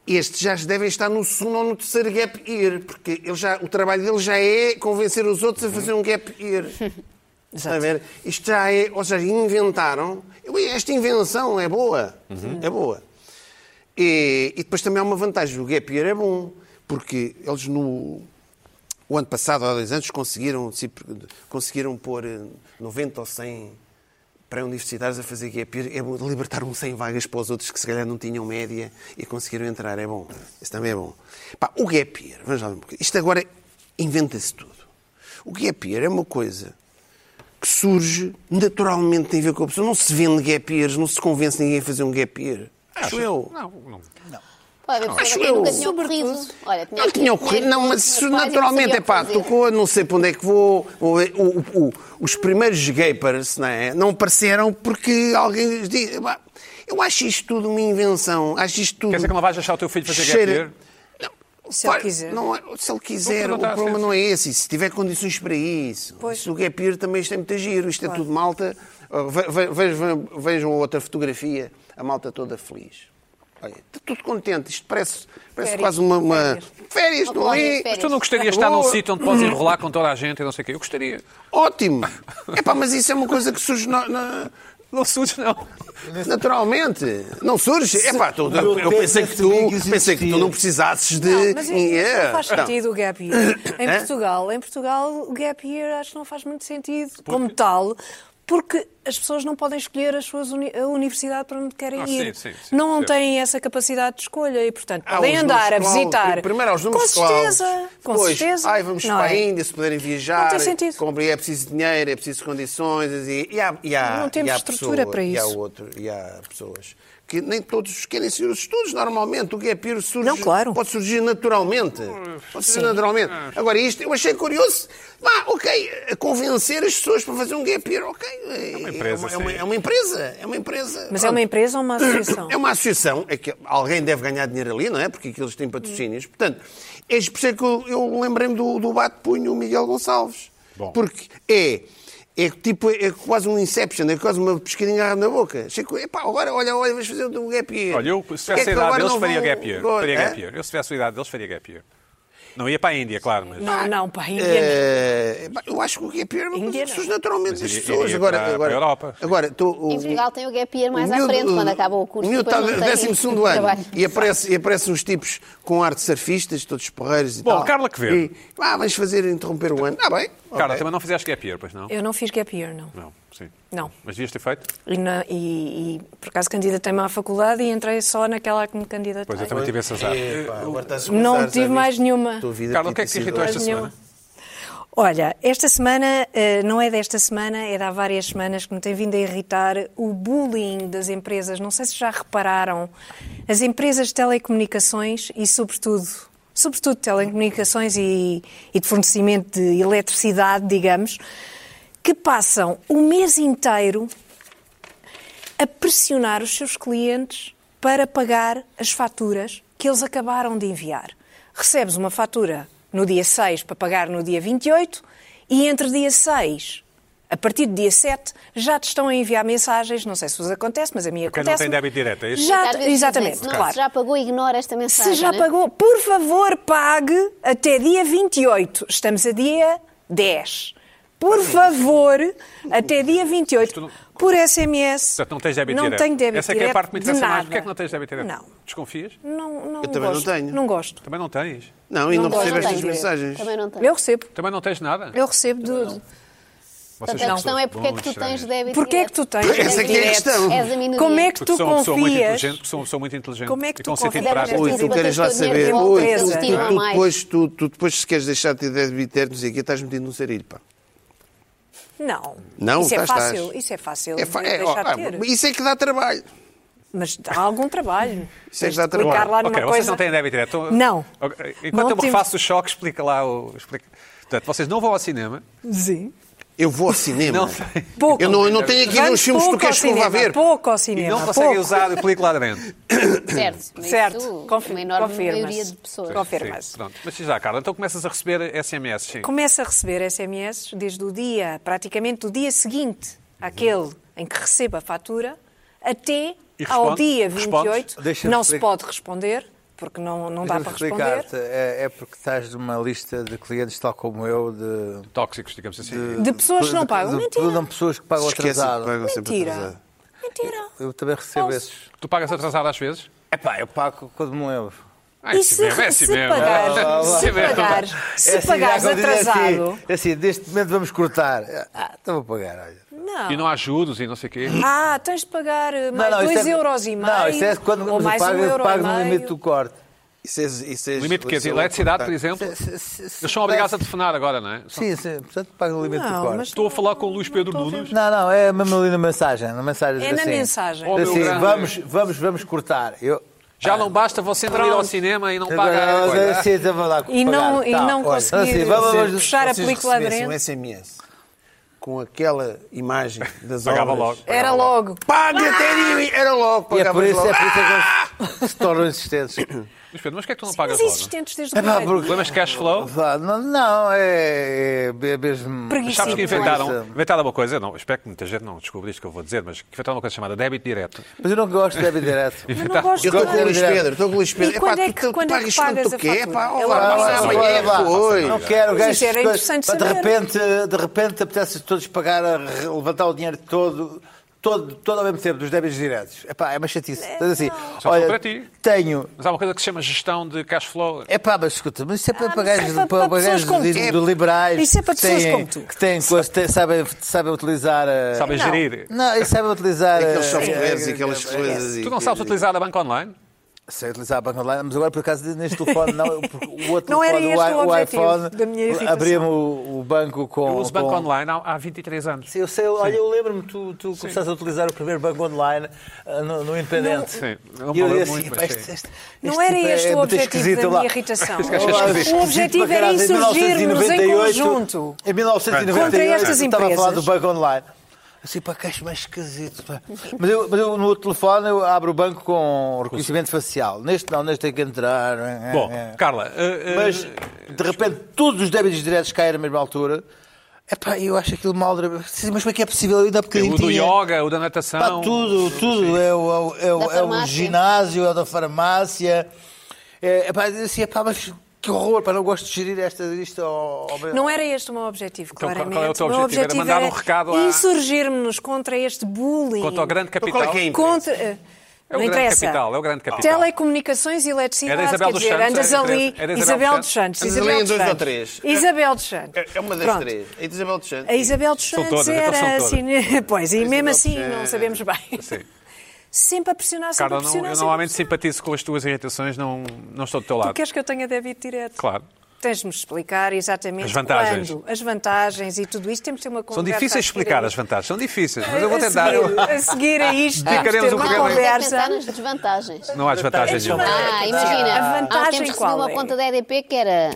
Speaker 2: estes já devem estar no segundo ou no terceiro gap year, porque ele já, o trabalho dele já é convencer os outros a fazer um gap year. Está a ver? Isto já é, ou seja, inventaram. Eu- Esta invenção é boa. É boa. E, e depois também há uma vantagem. O gap year é bom, porque eles no. O ano passado, há dois anos, conseguiram, se- conseguiram pôr eh, 90 ou 100 pré-universitários a fazer gap year. É bom, libertaram 100 vagas para os outros que se calhar não tinham média e conseguiram entrar. É bom. Isso também é bom. Pá, o gap year, vamos lá ver um bocadinho. Isto agora inventa-se tudo. O gap year é uma coisa que surge naturalmente tem a ver com a pessoa. Não se vende gap years, não se convence ninguém a fazer um gap year. Acho eu.
Speaker 1: Não, não.
Speaker 3: Olha,
Speaker 2: Não,
Speaker 3: porque
Speaker 2: acho
Speaker 3: eu nunca
Speaker 2: eu.
Speaker 3: tinha ocorrido. Olha, tinha
Speaker 2: Não tinha
Speaker 3: aqui-
Speaker 2: ocorrido, não, mas isso
Speaker 3: Meus pais
Speaker 2: naturalmente, é
Speaker 3: não
Speaker 2: pá,
Speaker 3: sabiam fazer.
Speaker 2: tocou, não sei para onde é que vou. vou ver. O- o- o- os primeiros gapers não, é? não apareceram porque alguém lhes disse. pá, Eu acho isto tudo uma invenção, acho isto tudo.
Speaker 1: Quer dizer que não vais deixar o teu filho fazer
Speaker 2: Cheira-
Speaker 1: gap year?
Speaker 4: Se ele quiser.
Speaker 2: Não, é- se ele quiser,
Speaker 1: Não, não
Speaker 2: o
Speaker 1: está a
Speaker 2: problema
Speaker 1: ser.
Speaker 2: não é esse. Se tiver condições para isso,
Speaker 4: Pois.
Speaker 2: se o gap year também isto é muito giro, isto é tudo malta. Oh, ve- ve- Vejam, vejam outra fotografia, a malta toda feliz. Olha, está tudo contente, isto parece, parece
Speaker 1: Férias.
Speaker 2: quase uma. uma- Férias,
Speaker 3: Uma
Speaker 2: não
Speaker 3: colónia de
Speaker 2: é?
Speaker 1: Mas
Speaker 3: férias.
Speaker 1: tu não gostarias de estar num sítio onde podes enrolar com toda a gente e não sei o quê? Eu gostaria.
Speaker 2: Ótimo! Epá, mas isso é uma coisa que surge na. na-
Speaker 1: Não surge, não.
Speaker 2: Naturalmente, não surge. Epá, tu- eu, eu pensei que tu pensei que tu não precisasses de.
Speaker 4: Não, mas isso
Speaker 2: Yeah.
Speaker 4: não faz
Speaker 2: Não. É?
Speaker 4: sentido o gap year. Em
Speaker 2: Hã?
Speaker 4: Portugal, em Portugal, o gap year acho que não faz muito sentido como tal, porque as pessoas não podem escolher as suas uni- a universidade para onde querem
Speaker 1: Ah, sim,
Speaker 4: ir.
Speaker 1: sim, sim,
Speaker 4: não
Speaker 1: percebo.
Speaker 4: têm essa capacidade de escolha e, portanto,
Speaker 2: Há
Speaker 4: podem
Speaker 2: Ah, os
Speaker 4: andar a
Speaker 2: números claus.
Speaker 4: visitar.
Speaker 2: Primeiro aos
Speaker 4: com
Speaker 2: números
Speaker 4: certeza,
Speaker 2: claus.
Speaker 4: com
Speaker 2: Depois,
Speaker 4: certeza.
Speaker 2: Ai, vamos
Speaker 4: Não
Speaker 2: para a
Speaker 4: é?
Speaker 2: Índia, se puderem viajar.
Speaker 4: Não tem sentido.
Speaker 2: Comprem, é preciso dinheiro, é preciso condições. E, e há, e há,
Speaker 4: Não temos
Speaker 2: e há
Speaker 4: estrutura
Speaker 2: pessoas-
Speaker 4: para
Speaker 2: E há,
Speaker 4: isso.
Speaker 2: outro, e há pessoas que nem todos querem seguir os estudos normalmente. O que é piro surge,
Speaker 4: Não, claro.
Speaker 2: pode surgir naturalmente. Pode surgir
Speaker 4: Sim.
Speaker 2: naturalmente. Agora, isto eu achei curioso. Ah, ok, convencer as pessoas para fazer um gap year, ok. É uma
Speaker 1: empresa,
Speaker 2: é uma,
Speaker 1: sim.
Speaker 2: é uma empresa. É uma empresa.
Speaker 4: Mas é uma
Speaker 2: Pronto.
Speaker 4: empresa ou uma associação?
Speaker 2: É uma associação, é que alguém deve ganhar dinheiro ali, não é? Porque aquilo eles têm patrocínios. Portanto, é por isso é que eu, eu lembrei-me do, do bate-punho Miguel Gonçalves.
Speaker 1: Bom.
Speaker 2: Porque é, é tipo, é quase um Inception, é quase uma pescadinha na boca. Chego, epá, agora, olha, olha, vamos fazer o gap year.
Speaker 1: Olha, eu, se
Speaker 2: Porque
Speaker 1: tivesse
Speaker 2: é
Speaker 1: a
Speaker 2: que
Speaker 1: idade
Speaker 2: agora
Speaker 1: deles,
Speaker 2: não
Speaker 1: faria
Speaker 2: vão-
Speaker 1: gap year.
Speaker 2: agora- é?
Speaker 1: Faria
Speaker 2: Hã?
Speaker 1: gap year. Eu, se tivesse a idade deles, faria gap year. Não ia para a Índia, claro, mas...
Speaker 4: Não, não, para a Índia. não.
Speaker 2: É, epá, eu acho que o gap year é uma coisa
Speaker 4: Índia
Speaker 2: que
Speaker 4: não.
Speaker 2: surge naturalmente
Speaker 1: Mas
Speaker 2: das
Speaker 1: iria-
Speaker 2: pessoas.
Speaker 1: iria
Speaker 2: Agora,
Speaker 1: para- para
Speaker 2: agora,
Speaker 1: a Europa.
Speaker 2: agora, tu,
Speaker 3: Em
Speaker 2: o,
Speaker 3: Portugal tem o gap year mais
Speaker 2: O miúdo,
Speaker 3: à frente, quando
Speaker 2: uh,
Speaker 3: acaba o curso.
Speaker 2: O miúdo
Speaker 3: depois
Speaker 2: está
Speaker 3: não
Speaker 2: no
Speaker 3: tem
Speaker 2: 12 ano
Speaker 3: trabalho.
Speaker 2: e aparece, e aparece uns tipos com arte de surfistas, todos porreiros e
Speaker 1: Bom,
Speaker 2: tal.
Speaker 1: Carla Quevedo.
Speaker 2: E, ah, vamos fazer interromper o ano. Ah, bem.
Speaker 1: Carla,
Speaker 2: ok.
Speaker 1: também não fizeste gap year, pois não?
Speaker 4: Eu não fiz gap year, não.
Speaker 1: Não, sim.
Speaker 4: Não.
Speaker 1: Mas devias ter feito?
Speaker 4: E, na- e- e, por acaso candidatei-me à faculdade e entrei só naquela que me candidatei.
Speaker 1: Pois, eu também tive esse azar.
Speaker 5: É,
Speaker 2: Epá, agora estás a
Speaker 4: Não
Speaker 2: começar,
Speaker 4: tive
Speaker 2: já
Speaker 4: mais
Speaker 2: viste?
Speaker 4: nenhuma.
Speaker 2: Tua vida
Speaker 1: Carla, o
Speaker 2: tinha
Speaker 1: que é que te
Speaker 2: sido
Speaker 1: irritou esta
Speaker 4: Mais
Speaker 1: semana?
Speaker 4: Olha, esta semana, eh, não é desta semana, é de há várias semanas que me tem vindo a irritar o bullying das empresas. Não sei se já repararam. As empresas de telecomunicações e, sobretudo, sobretudo telecomunicações e, e de fornecimento de eletricidade, digamos, que passam o mês inteiro a pressionar os seus clientes para pagar as faturas que eles acabaram de enviar. Recebes uma fatura no dia 6 para pagar no dia 28 e entre dia 6 a partir do dia 7 já te estão a enviar mensagens, não sei se vos acontece, mas a minha
Speaker 1: Porque não
Speaker 4: acontece.
Speaker 1: tem débito direto, é isso?
Speaker 4: Já,
Speaker 3: Às vezes
Speaker 4: exatamente,
Speaker 3: dizem, não,
Speaker 4: claro.
Speaker 3: Se já pagou, ignora esta mensagem.
Speaker 4: Se já
Speaker 3: né?
Speaker 4: pagou, por favor, pague até dia 28. Estamos a dia 10. Por favor, até dia 28. Por SMS.
Speaker 1: Portanto, não tens débito
Speaker 4: não
Speaker 1: direto.
Speaker 4: tenho débito
Speaker 1: Essa é que é
Speaker 4: direto
Speaker 1: a parte que me
Speaker 4: de
Speaker 1: interessa
Speaker 4: nada.
Speaker 1: mais. Porquê é que não tens débito direto?
Speaker 4: Não.
Speaker 1: Desconfias?
Speaker 4: Não, não
Speaker 2: Eu também não
Speaker 4: gosto.
Speaker 2: tenho.
Speaker 4: gosto.
Speaker 1: Também não tens.
Speaker 2: Não, e não,
Speaker 4: Não gosto,
Speaker 2: recebo
Speaker 4: não
Speaker 2: estas
Speaker 4: tenho.
Speaker 2: mensagens.
Speaker 3: Também não tem.
Speaker 4: Eu recebo.
Speaker 1: Também não tens nada?
Speaker 4: Eu recebo do...
Speaker 1: Vocês
Speaker 3: Portanto, a
Speaker 1: são
Speaker 3: questão é porque é que tu
Speaker 1: bons
Speaker 3: tens
Speaker 1: estranhos.
Speaker 3: débito
Speaker 4: Porquê é que
Speaker 3: direto.
Speaker 4: tu tens?
Speaker 2: Essa é que é a questão.
Speaker 3: És a minoria.
Speaker 4: Como é que
Speaker 1: Porque
Speaker 4: tu
Speaker 1: sou uma pessoa muito
Speaker 4: confias?
Speaker 1: inteligente, porque sou uma pessoa muito inteligente.
Speaker 4: Como é que
Speaker 1: E
Speaker 4: tu
Speaker 1: com sentido
Speaker 4: confias?
Speaker 1: prático.
Speaker 2: Ui,
Speaker 3: Sim,
Speaker 2: tu
Speaker 3: sim,
Speaker 2: queres
Speaker 3: sim,
Speaker 2: lá
Speaker 3: sim, sim,
Speaker 2: saber.
Speaker 3: sim,
Speaker 2: Ui,
Speaker 3: sim,
Speaker 2: tu,
Speaker 3: sim, sim,
Speaker 2: tu- tu
Speaker 3: sim.
Speaker 2: depois, tu, tu depois se queres deixar de ter débito direto, não sei o quê, estás metido num sarilho, pá.
Speaker 4: Não.
Speaker 2: Não,
Speaker 4: isso é
Speaker 2: estás,
Speaker 4: fácil.
Speaker 2: estás.
Speaker 4: Isso é fácil.
Speaker 2: É fa-
Speaker 4: de
Speaker 2: é, ó,
Speaker 4: deixar
Speaker 2: ah,
Speaker 4: ter.
Speaker 2: isso é que dá trabalho.
Speaker 4: Mas há algum trabalho.
Speaker 2: Isso é que
Speaker 4: Tens
Speaker 2: dá
Speaker 4: de
Speaker 2: trabalho.
Speaker 4: clicar lá numa
Speaker 1: ok, vocês
Speaker 4: coisa-
Speaker 1: não têm débito direto. Então,
Speaker 4: Não.
Speaker 1: Ok,
Speaker 4: Não
Speaker 1: Enquanto eu me
Speaker 4: temos.
Speaker 1: faço o choque, explica lá o... Explica. Portanto, vocês não vão ao cinema.
Speaker 4: Sim.
Speaker 2: Eu vou ao cinema.
Speaker 1: Não tem.
Speaker 4: Pouco.
Speaker 2: Eu não, eu não tenho aqui
Speaker 4: Vamos
Speaker 2: nos filmes que tu
Speaker 4: pouco ao
Speaker 2: queres que eu vá
Speaker 4: cinema,
Speaker 2: ver.
Speaker 4: Pouco ao
Speaker 1: E
Speaker 4: cinema.
Speaker 1: não conseguem
Speaker 4: É um pouco.
Speaker 1: usar o película lá dentro.
Speaker 3: Certo. mas
Speaker 4: Certo,
Speaker 3: isso,
Speaker 4: confirma-
Speaker 3: Uma enorme
Speaker 4: confirma-se.
Speaker 3: maioria de pessoas.
Speaker 4: Confirma. Confirmas.
Speaker 1: Sim, Pronto. Mas diz lá, Carla, então começas a receber SMS, sim.
Speaker 4: Começa a receber SMS desde o dia, praticamente o dia seguinte àquele em que receba a fatura, até
Speaker 1: E responde?
Speaker 4: ao dia
Speaker 1: Respondes?
Speaker 4: 28.
Speaker 5: Deixa-me
Speaker 4: Não se
Speaker 5: explicar.
Speaker 4: pode responder, porque não, não dá para responder.
Speaker 5: Explicar-te, É, é porque estás numa lista de clientes, tal como eu, de.
Speaker 1: Tóxicos, digamos assim.
Speaker 4: De pessoas que não pagam.
Speaker 5: de-
Speaker 4: Mentira.
Speaker 5: de- de pessoas que pagam
Speaker 2: Esquece,
Speaker 5: atrasado.
Speaker 2: pagam sempre
Speaker 4: Mentira.
Speaker 2: atrasado.
Speaker 4: Mentira.
Speaker 5: Eu também recebo
Speaker 4: Não,
Speaker 5: esses.
Speaker 1: Tu pagas atrasado às vezes?
Speaker 5: É pá, eu pago quando me lembro.
Speaker 1: Ah,
Speaker 4: E
Speaker 1: esse
Speaker 4: se,
Speaker 1: mesmo, é
Speaker 4: se
Speaker 1: esse mesmo.
Speaker 4: pagar,
Speaker 5: Ah, lá,
Speaker 4: se
Speaker 5: lá, lá.
Speaker 4: pagar, se
Speaker 5: É assim,
Speaker 4: pagares
Speaker 5: já quando diz
Speaker 4: atrasado,
Speaker 5: Assim, é assim, neste momento vamos cortar. Ah, então vou pagar, olha.
Speaker 4: não.
Speaker 1: E não há ajudos e não sei o quê.
Speaker 4: Ah, tens de pagar eh, mais
Speaker 5: isto
Speaker 4: 2
Speaker 5: é-
Speaker 4: euros e meio.
Speaker 5: Não, isto é quando
Speaker 4: ou
Speaker 5: eu
Speaker 4: mais
Speaker 5: pago,
Speaker 4: um
Speaker 5: eu
Speaker 4: euro
Speaker 5: pago
Speaker 4: e
Speaker 5: no
Speaker 4: meio.
Speaker 5: limite do corte. E seis, e seis,
Speaker 1: Limite que é de
Speaker 5: sei lá
Speaker 1: eletricidade,
Speaker 5: quanto
Speaker 1: por
Speaker 5: está.
Speaker 1: exemplo.
Speaker 5: Se- se- se-
Speaker 1: Eles são obrigados a telefonar agora, não é?
Speaker 5: Sim, sim. Portanto, paga o limite do corte.
Speaker 1: Estou a falar com o Luís Pedro Nunes.
Speaker 5: Não, não, é mesmo ali na mensagem. Na mensagem
Speaker 1: É
Speaker 5: diz
Speaker 1: na
Speaker 5: assim,
Speaker 1: mensagem.
Speaker 5: diz
Speaker 1: Oh,
Speaker 5: assim,
Speaker 1: meu grande.
Speaker 5: vamos, vamos, vamos cortar. Eu,
Speaker 1: Já não basta você entrar ao
Speaker 5: Pronto.
Speaker 1: cinema e não
Speaker 5: Agora,
Speaker 1: pagar.
Speaker 5: agora, sim, então vou lá
Speaker 4: E não-
Speaker 5: pagar.
Speaker 4: e
Speaker 5: Tá,
Speaker 4: não
Speaker 5: olha,
Speaker 4: conseguir
Speaker 5: assim, vamos- vamos-
Speaker 4: puxar a
Speaker 2: vocês
Speaker 4: película
Speaker 2: recebessem
Speaker 4: aderente.
Speaker 2: um SMS com aquela imagem das
Speaker 5: Pagava
Speaker 2: obras.
Speaker 5: logo.
Speaker 4: Era logo.
Speaker 2: Pague até mim! Era logo,
Speaker 5: E é
Speaker 2: pagava
Speaker 5: por isso,
Speaker 2: logo.
Speaker 5: é por isso que eles se tornam insistentes.
Speaker 1: Luís Pedro, mas o que é que tu não pagas
Speaker 4: Mas
Speaker 1: logo?
Speaker 4: existentes desde o
Speaker 5: É pá,
Speaker 4: primeiro.
Speaker 5: porque-
Speaker 1: Problemas de cash flow?
Speaker 5: Vá, Não, não é, é, é mesmo.
Speaker 1: Mas Sabes que
Speaker 5: é.
Speaker 1: inventaram, inventaram uma coisa, não, espero que muita gente não descubra isto que eu vou dizer, mas que inventaram uma coisa chamada débito direto.
Speaker 5: Mas eu não gosto de débito direto.
Speaker 1: Mas não gosto
Speaker 2: Eu estou com o Luís Pedro, estou com o Luís
Speaker 4: E
Speaker 2: Pedro. Epá,
Speaker 4: quando é
Speaker 2: tu-
Speaker 4: que-
Speaker 2: tu
Speaker 4: quando é que
Speaker 2: pagas tanto
Speaker 4: pagas
Speaker 2: o
Speaker 4: a
Speaker 2: quê?
Speaker 4: fatura?
Speaker 2: Epá,
Speaker 4: É
Speaker 2: ó
Speaker 4: logo
Speaker 2: lá,
Speaker 5: Ah, vá,
Speaker 4: Mas
Speaker 2: passa
Speaker 4: é
Speaker 5: vá,
Speaker 2: amanhã,
Speaker 5: vá, vá.
Speaker 2: foi.
Speaker 5: Não quero,
Speaker 4: Mas
Speaker 5: gajo.
Speaker 4: isso era
Speaker 5: coisas-
Speaker 4: interessante
Speaker 5: Pá, de
Speaker 4: saber.
Speaker 5: repente, de repente apetece todos pagar, a re- levantar o dinheiro todo, todo, todo ao mesmo tempo, dos débitos diretos. Epá, é uma chatice. Então, assim,
Speaker 1: Só para
Speaker 5: olha,
Speaker 1: ti.
Speaker 5: tenho.
Speaker 1: Mas há uma coisa que se chama gestão de cash flow.
Speaker 5: É pá, mas escuta, mas isso é para
Speaker 4: mas
Speaker 5: pagar
Speaker 4: isso é para-
Speaker 5: para
Speaker 4: para
Speaker 5: pagar
Speaker 4: pessoas como
Speaker 5: de,
Speaker 4: tu.
Speaker 5: de liberais.
Speaker 4: Isso é para
Speaker 5: que
Speaker 4: pessoas
Speaker 5: têm-
Speaker 4: como tu.
Speaker 5: Que têm, coisas- têm- sabem, sabem utilizar. eh,
Speaker 1: Sabem É
Speaker 5: não.
Speaker 1: gerir.
Speaker 5: Não, e sabem utilizar.
Speaker 2: Aqueles
Speaker 5: eh,
Speaker 2: softwares e aquelas
Speaker 5: eh,
Speaker 2: coisas. e-
Speaker 1: Tu não sabes utilizar a banca online?
Speaker 5: Sei utilizar a banca online, mas agora por acaso neste telefone não, porque o outro
Speaker 4: Não era
Speaker 5: telefone,
Speaker 4: este
Speaker 5: i-
Speaker 4: o objetivo
Speaker 5: iPhone,
Speaker 4: da minha irritação.
Speaker 5: abria-me o, o banco com.
Speaker 1: Eu uso banco
Speaker 5: com-
Speaker 1: online há, há 23 anos.
Speaker 5: Sim, eu sei, olha, eu lembro-me, tu, tu começaste a utilizar o primeiro banco online ah, no, no Independente.
Speaker 1: Sim, não
Speaker 5: E eu
Speaker 1: valeu
Speaker 5: disse,
Speaker 1: muito,
Speaker 5: "Pá,
Speaker 1: mas
Speaker 5: este-
Speaker 1: sim.
Speaker 5: este-
Speaker 4: Não
Speaker 5: este
Speaker 4: era
Speaker 5: tipo é-
Speaker 4: este
Speaker 5: é
Speaker 4: o
Speaker 5: muito
Speaker 4: objetivo
Speaker 5: esquisito lá."
Speaker 4: da
Speaker 5: tipo
Speaker 4: minha irritação.
Speaker 1: Este gajo é esquisito.
Speaker 4: O objetivo era
Speaker 5: Em
Speaker 4: insurgirmos em
Speaker 5: 1998,
Speaker 4: conjunto.
Speaker 5: Em 1998,
Speaker 4: Contra estas
Speaker 5: eu estava a falar do
Speaker 4: empresas.
Speaker 5: banco online. Assim, pá, que acho mais esquisito. pá. Mas eu, mas eu, no telefone eu abro o banco com reconhecimento facial. Neste não, neste tem que entrar.
Speaker 1: Bom,
Speaker 5: É, é.
Speaker 1: Carla, eh, eh,
Speaker 5: Mas, de repente, todos os débitos diretos caem na mesma altura. Epá, eu acho aquilo mal. Sim, Mas como é que é possível? Eu ainda há bocadinho
Speaker 1: o do
Speaker 5: tinha.
Speaker 1: yoga, o da
Speaker 5: Pá,
Speaker 1: natação.
Speaker 5: tudo, tudo. É o, é o- é o-
Speaker 3: Da
Speaker 5: é o
Speaker 3: farmácia.
Speaker 5: ginásio, é o da farmácia. É, epá, eu disse, epá, mas que horror, pá, não gosto de gerir esta, isto ao, ao...
Speaker 3: é
Speaker 4: Não era este o meu objetivo,
Speaker 1: Então, qual- qual é
Speaker 4: claramente.
Speaker 1: o teu objetivo? Era mandar um recado à-
Speaker 4: insurgirmos contra este bullying.
Speaker 1: Quanto ao grande
Speaker 2: Então
Speaker 1: capital.
Speaker 2: qual é que é a empresa?
Speaker 4: Contra... eh,
Speaker 1: É o
Speaker 4: não
Speaker 1: grande
Speaker 4: interessa.
Speaker 1: capital, é o grande capital.
Speaker 4: Telecomunicações e eletricidade,
Speaker 1: Era Isabel
Speaker 4: quer
Speaker 1: dos
Speaker 4: dizer,
Speaker 1: Santos,
Speaker 4: andas
Speaker 1: era
Speaker 4: ali,
Speaker 1: interessa- era
Speaker 4: Isabel dos Santos.
Speaker 2: Andas ali
Speaker 4: Isabel
Speaker 2: em
Speaker 4: dos
Speaker 2: um, dois ou
Speaker 4: Santos.
Speaker 2: três.
Speaker 4: Isabel dos Santos.
Speaker 2: É- É uma das
Speaker 4: Pronto.
Speaker 2: três. É Isabel dos Santos.
Speaker 4: A Isabel dos
Speaker 1: São
Speaker 4: Santos
Speaker 1: todas, então são
Speaker 4: era
Speaker 1: todas.
Speaker 4: assim, né? pois, e
Speaker 2: Isabel
Speaker 4: mesmo assim
Speaker 2: dos
Speaker 4: não
Speaker 2: Santos.
Speaker 4: sabemos bem.
Speaker 1: é- Sim.
Speaker 4: Sempre a pressionar, sempre
Speaker 1: Carla,
Speaker 4: a
Speaker 1: não-
Speaker 4: pressionar.
Speaker 1: eu
Speaker 4: sempre a
Speaker 1: normalmente
Speaker 4: pressionar.
Speaker 1: simpatizo com as tuas irritações, não, não estou do teu
Speaker 4: Tu
Speaker 1: lado.
Speaker 4: queres que eu tenha débito direto?
Speaker 1: Claro.
Speaker 4: Tens de me explicar exatamente
Speaker 1: As vantagens.
Speaker 4: quando, as vantagens e tudo isto. Temos de ter uma
Speaker 1: São
Speaker 4: conversa.
Speaker 1: difíceis de
Speaker 4: a seguir
Speaker 1: explicar
Speaker 4: a
Speaker 1: as
Speaker 4: isto.
Speaker 1: vantagens, são difíceis, mas eu vou
Speaker 4: A
Speaker 1: tentar.
Speaker 4: seguir-
Speaker 1: eu-
Speaker 4: A seguir a isto, temos de
Speaker 1: Dedicaremos
Speaker 4: ter
Speaker 1: um
Speaker 4: uma
Speaker 1: programa.
Speaker 4: conversa.
Speaker 3: pensar nas desvantagens.
Speaker 1: Não há desvantagens nenhuma.
Speaker 3: Ah, imagina.
Speaker 4: A
Speaker 3: há
Speaker 4: vantagem
Speaker 3: uns tempos recebi
Speaker 4: qual
Speaker 3: uma
Speaker 4: é?
Speaker 3: conta da EDP que era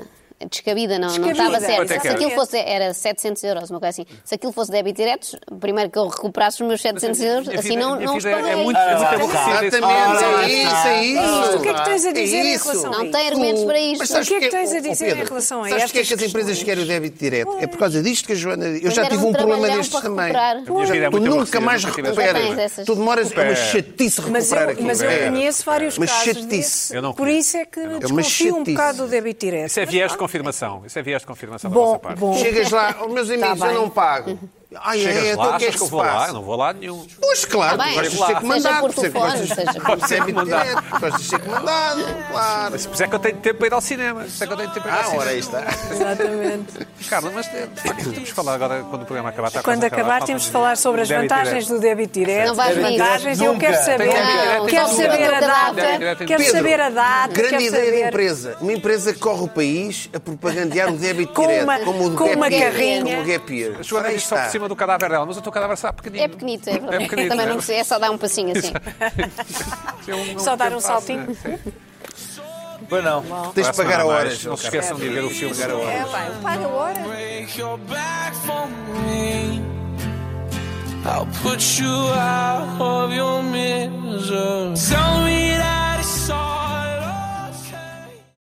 Speaker 3: descabida, não, não
Speaker 4: Descabida,
Speaker 3: estava
Speaker 1: Quanto é
Speaker 3: certo.
Speaker 1: que
Speaker 3: Se
Speaker 1: era?
Speaker 3: aquilo fosse, era 700 euros, uma coisa assim. Se aquilo fosse débito direto, primeiro que eu recuperasse os meus 700 euros,
Speaker 1: Minha
Speaker 3: assim
Speaker 1: vida-
Speaker 3: não,
Speaker 1: minha
Speaker 3: não os
Speaker 1: vida é
Speaker 3: paguei.
Speaker 1: muito, é muito
Speaker 2: Ah,
Speaker 1: aborrecida. esse-
Speaker 2: Exatamente,
Speaker 1: Ah,
Speaker 2: é isso, é
Speaker 4: É
Speaker 2: isso.
Speaker 4: isto. O que é que tens a
Speaker 2: É
Speaker 4: dizer em
Speaker 2: isso.
Speaker 4: relação a
Speaker 3: Não
Speaker 4: isto?
Speaker 3: tem argumentos para isto.
Speaker 2: sabes
Speaker 4: O que é que
Speaker 2: porquê?
Speaker 4: tens a
Speaker 2: Oh,
Speaker 4: dizer
Speaker 2: Pedro,
Speaker 4: em relação a
Speaker 2: sabes
Speaker 4: estas
Speaker 2: porquê é que as empresas
Speaker 4: questões?
Speaker 2: querem o débito direto? É por causa disto que a Joana... Eu já
Speaker 3: Mas era
Speaker 2: tive
Speaker 3: um
Speaker 2: um problema
Speaker 3: trabalhão
Speaker 2: destes
Speaker 3: para
Speaker 2: também.
Speaker 3: recuperar.
Speaker 1: minha vida é
Speaker 2: Tu
Speaker 1: muito
Speaker 2: nunca
Speaker 1: aborrecida,
Speaker 2: mais
Speaker 1: nunca tive
Speaker 3: essa Não tens
Speaker 2: recuperas.
Speaker 3: essas.
Speaker 2: Tu demoras... É uma
Speaker 1: Recupera.
Speaker 2: chatice
Speaker 4: Mas eu,
Speaker 2: recuperar aquilo.
Speaker 4: mas eu
Speaker 1: É.
Speaker 4: conheço vários
Speaker 2: Mas
Speaker 4: casos
Speaker 2: chatice.
Speaker 4: disso.
Speaker 1: Eu não
Speaker 4: Por
Speaker 1: conheço.
Speaker 4: isso é que
Speaker 2: uma
Speaker 4: desconfio um
Speaker 2: chatice.
Speaker 4: bocado do débito direto.
Speaker 1: Isso é viés de confirmação. Isso é viés de confirmação da
Speaker 4: Bom,
Speaker 1: nossa parte.
Speaker 4: bom.
Speaker 2: Chegas lá, oh, meus amigos, eu
Speaker 4: Tá bem.
Speaker 2: não pago. Ai,
Speaker 1: Chegas
Speaker 2: é,
Speaker 1: lá,
Speaker 2: então o que é
Speaker 1: achas
Speaker 2: que
Speaker 1: que eu
Speaker 2: se
Speaker 1: vou lá? Eu
Speaker 2: passa?
Speaker 1: não vou lá nenhum.
Speaker 2: Pois claro,
Speaker 3: Está Tá bem.
Speaker 2: gostas de ser
Speaker 3: Seja
Speaker 2: comandado.
Speaker 3: por
Speaker 2: por ser-
Speaker 3: telefone,
Speaker 2: gostas-
Speaker 3: seja por
Speaker 2: por ser
Speaker 1: telefone.
Speaker 2: direto, Gostas de ser comandado, claro.
Speaker 1: Se puser é que eu tenho tempo para ir ao cinema. Se puser que eu tenho tempo para ir ao
Speaker 2: Ah,
Speaker 1: cinema.
Speaker 2: ora aí está.
Speaker 4: Exatamente.
Speaker 1: Carla, mas eh, de facto, temos que falar agora quando o programa acabar. Está
Speaker 4: Quando
Speaker 1: quase a
Speaker 4: acabar,
Speaker 1: Falta
Speaker 4: temos de falar sobre as
Speaker 1: débito
Speaker 4: vantagens
Speaker 1: direto.
Speaker 4: do débito direto.
Speaker 3: Não vais
Speaker 4: As
Speaker 3: ver.
Speaker 4: vantagens, eu quero
Speaker 5: Nunca.
Speaker 4: saber.
Speaker 1: Tem débito direto,
Speaker 4: Quero
Speaker 1: tem
Speaker 4: saber a
Speaker 3: débito
Speaker 1: direto.
Speaker 4: data. Quero
Speaker 1: Pedro,
Speaker 4: saber a data. quero
Speaker 2: Grande ideia
Speaker 4: saber-
Speaker 2: da empresa. Uma empresa que corre o país a propagandear o débito
Speaker 4: Com
Speaker 2: direto.
Speaker 4: uma-
Speaker 2: como o do
Speaker 4: com
Speaker 2: gap
Speaker 4: uma
Speaker 2: year,
Speaker 4: carrinha.
Speaker 2: Como o gap year.
Speaker 1: A Joana
Speaker 2: Ora aí
Speaker 1: diz só por
Speaker 2: está.
Speaker 1: cima do cadáver dela, mas o teu cadáver está pequenino.
Speaker 3: É pequenito, é verdade.
Speaker 1: pequenito,
Speaker 3: Também
Speaker 1: é?
Speaker 3: não precisa, é só dar um passinho assim.
Speaker 1: É um- é um
Speaker 4: Só dar
Speaker 1: tempo
Speaker 4: um saltinho.
Speaker 1: fácil, né? Sim.
Speaker 5: Pois não.
Speaker 2: Tens de
Speaker 1: Para
Speaker 2: pagar a
Speaker 1: semana
Speaker 2: horas.
Speaker 1: mais, Não se esqueçam de ver o filme. né?
Speaker 4: É, vai, paga agora.
Speaker 8: break your back for me. I'll put you out of your misery. Tell me that it's all.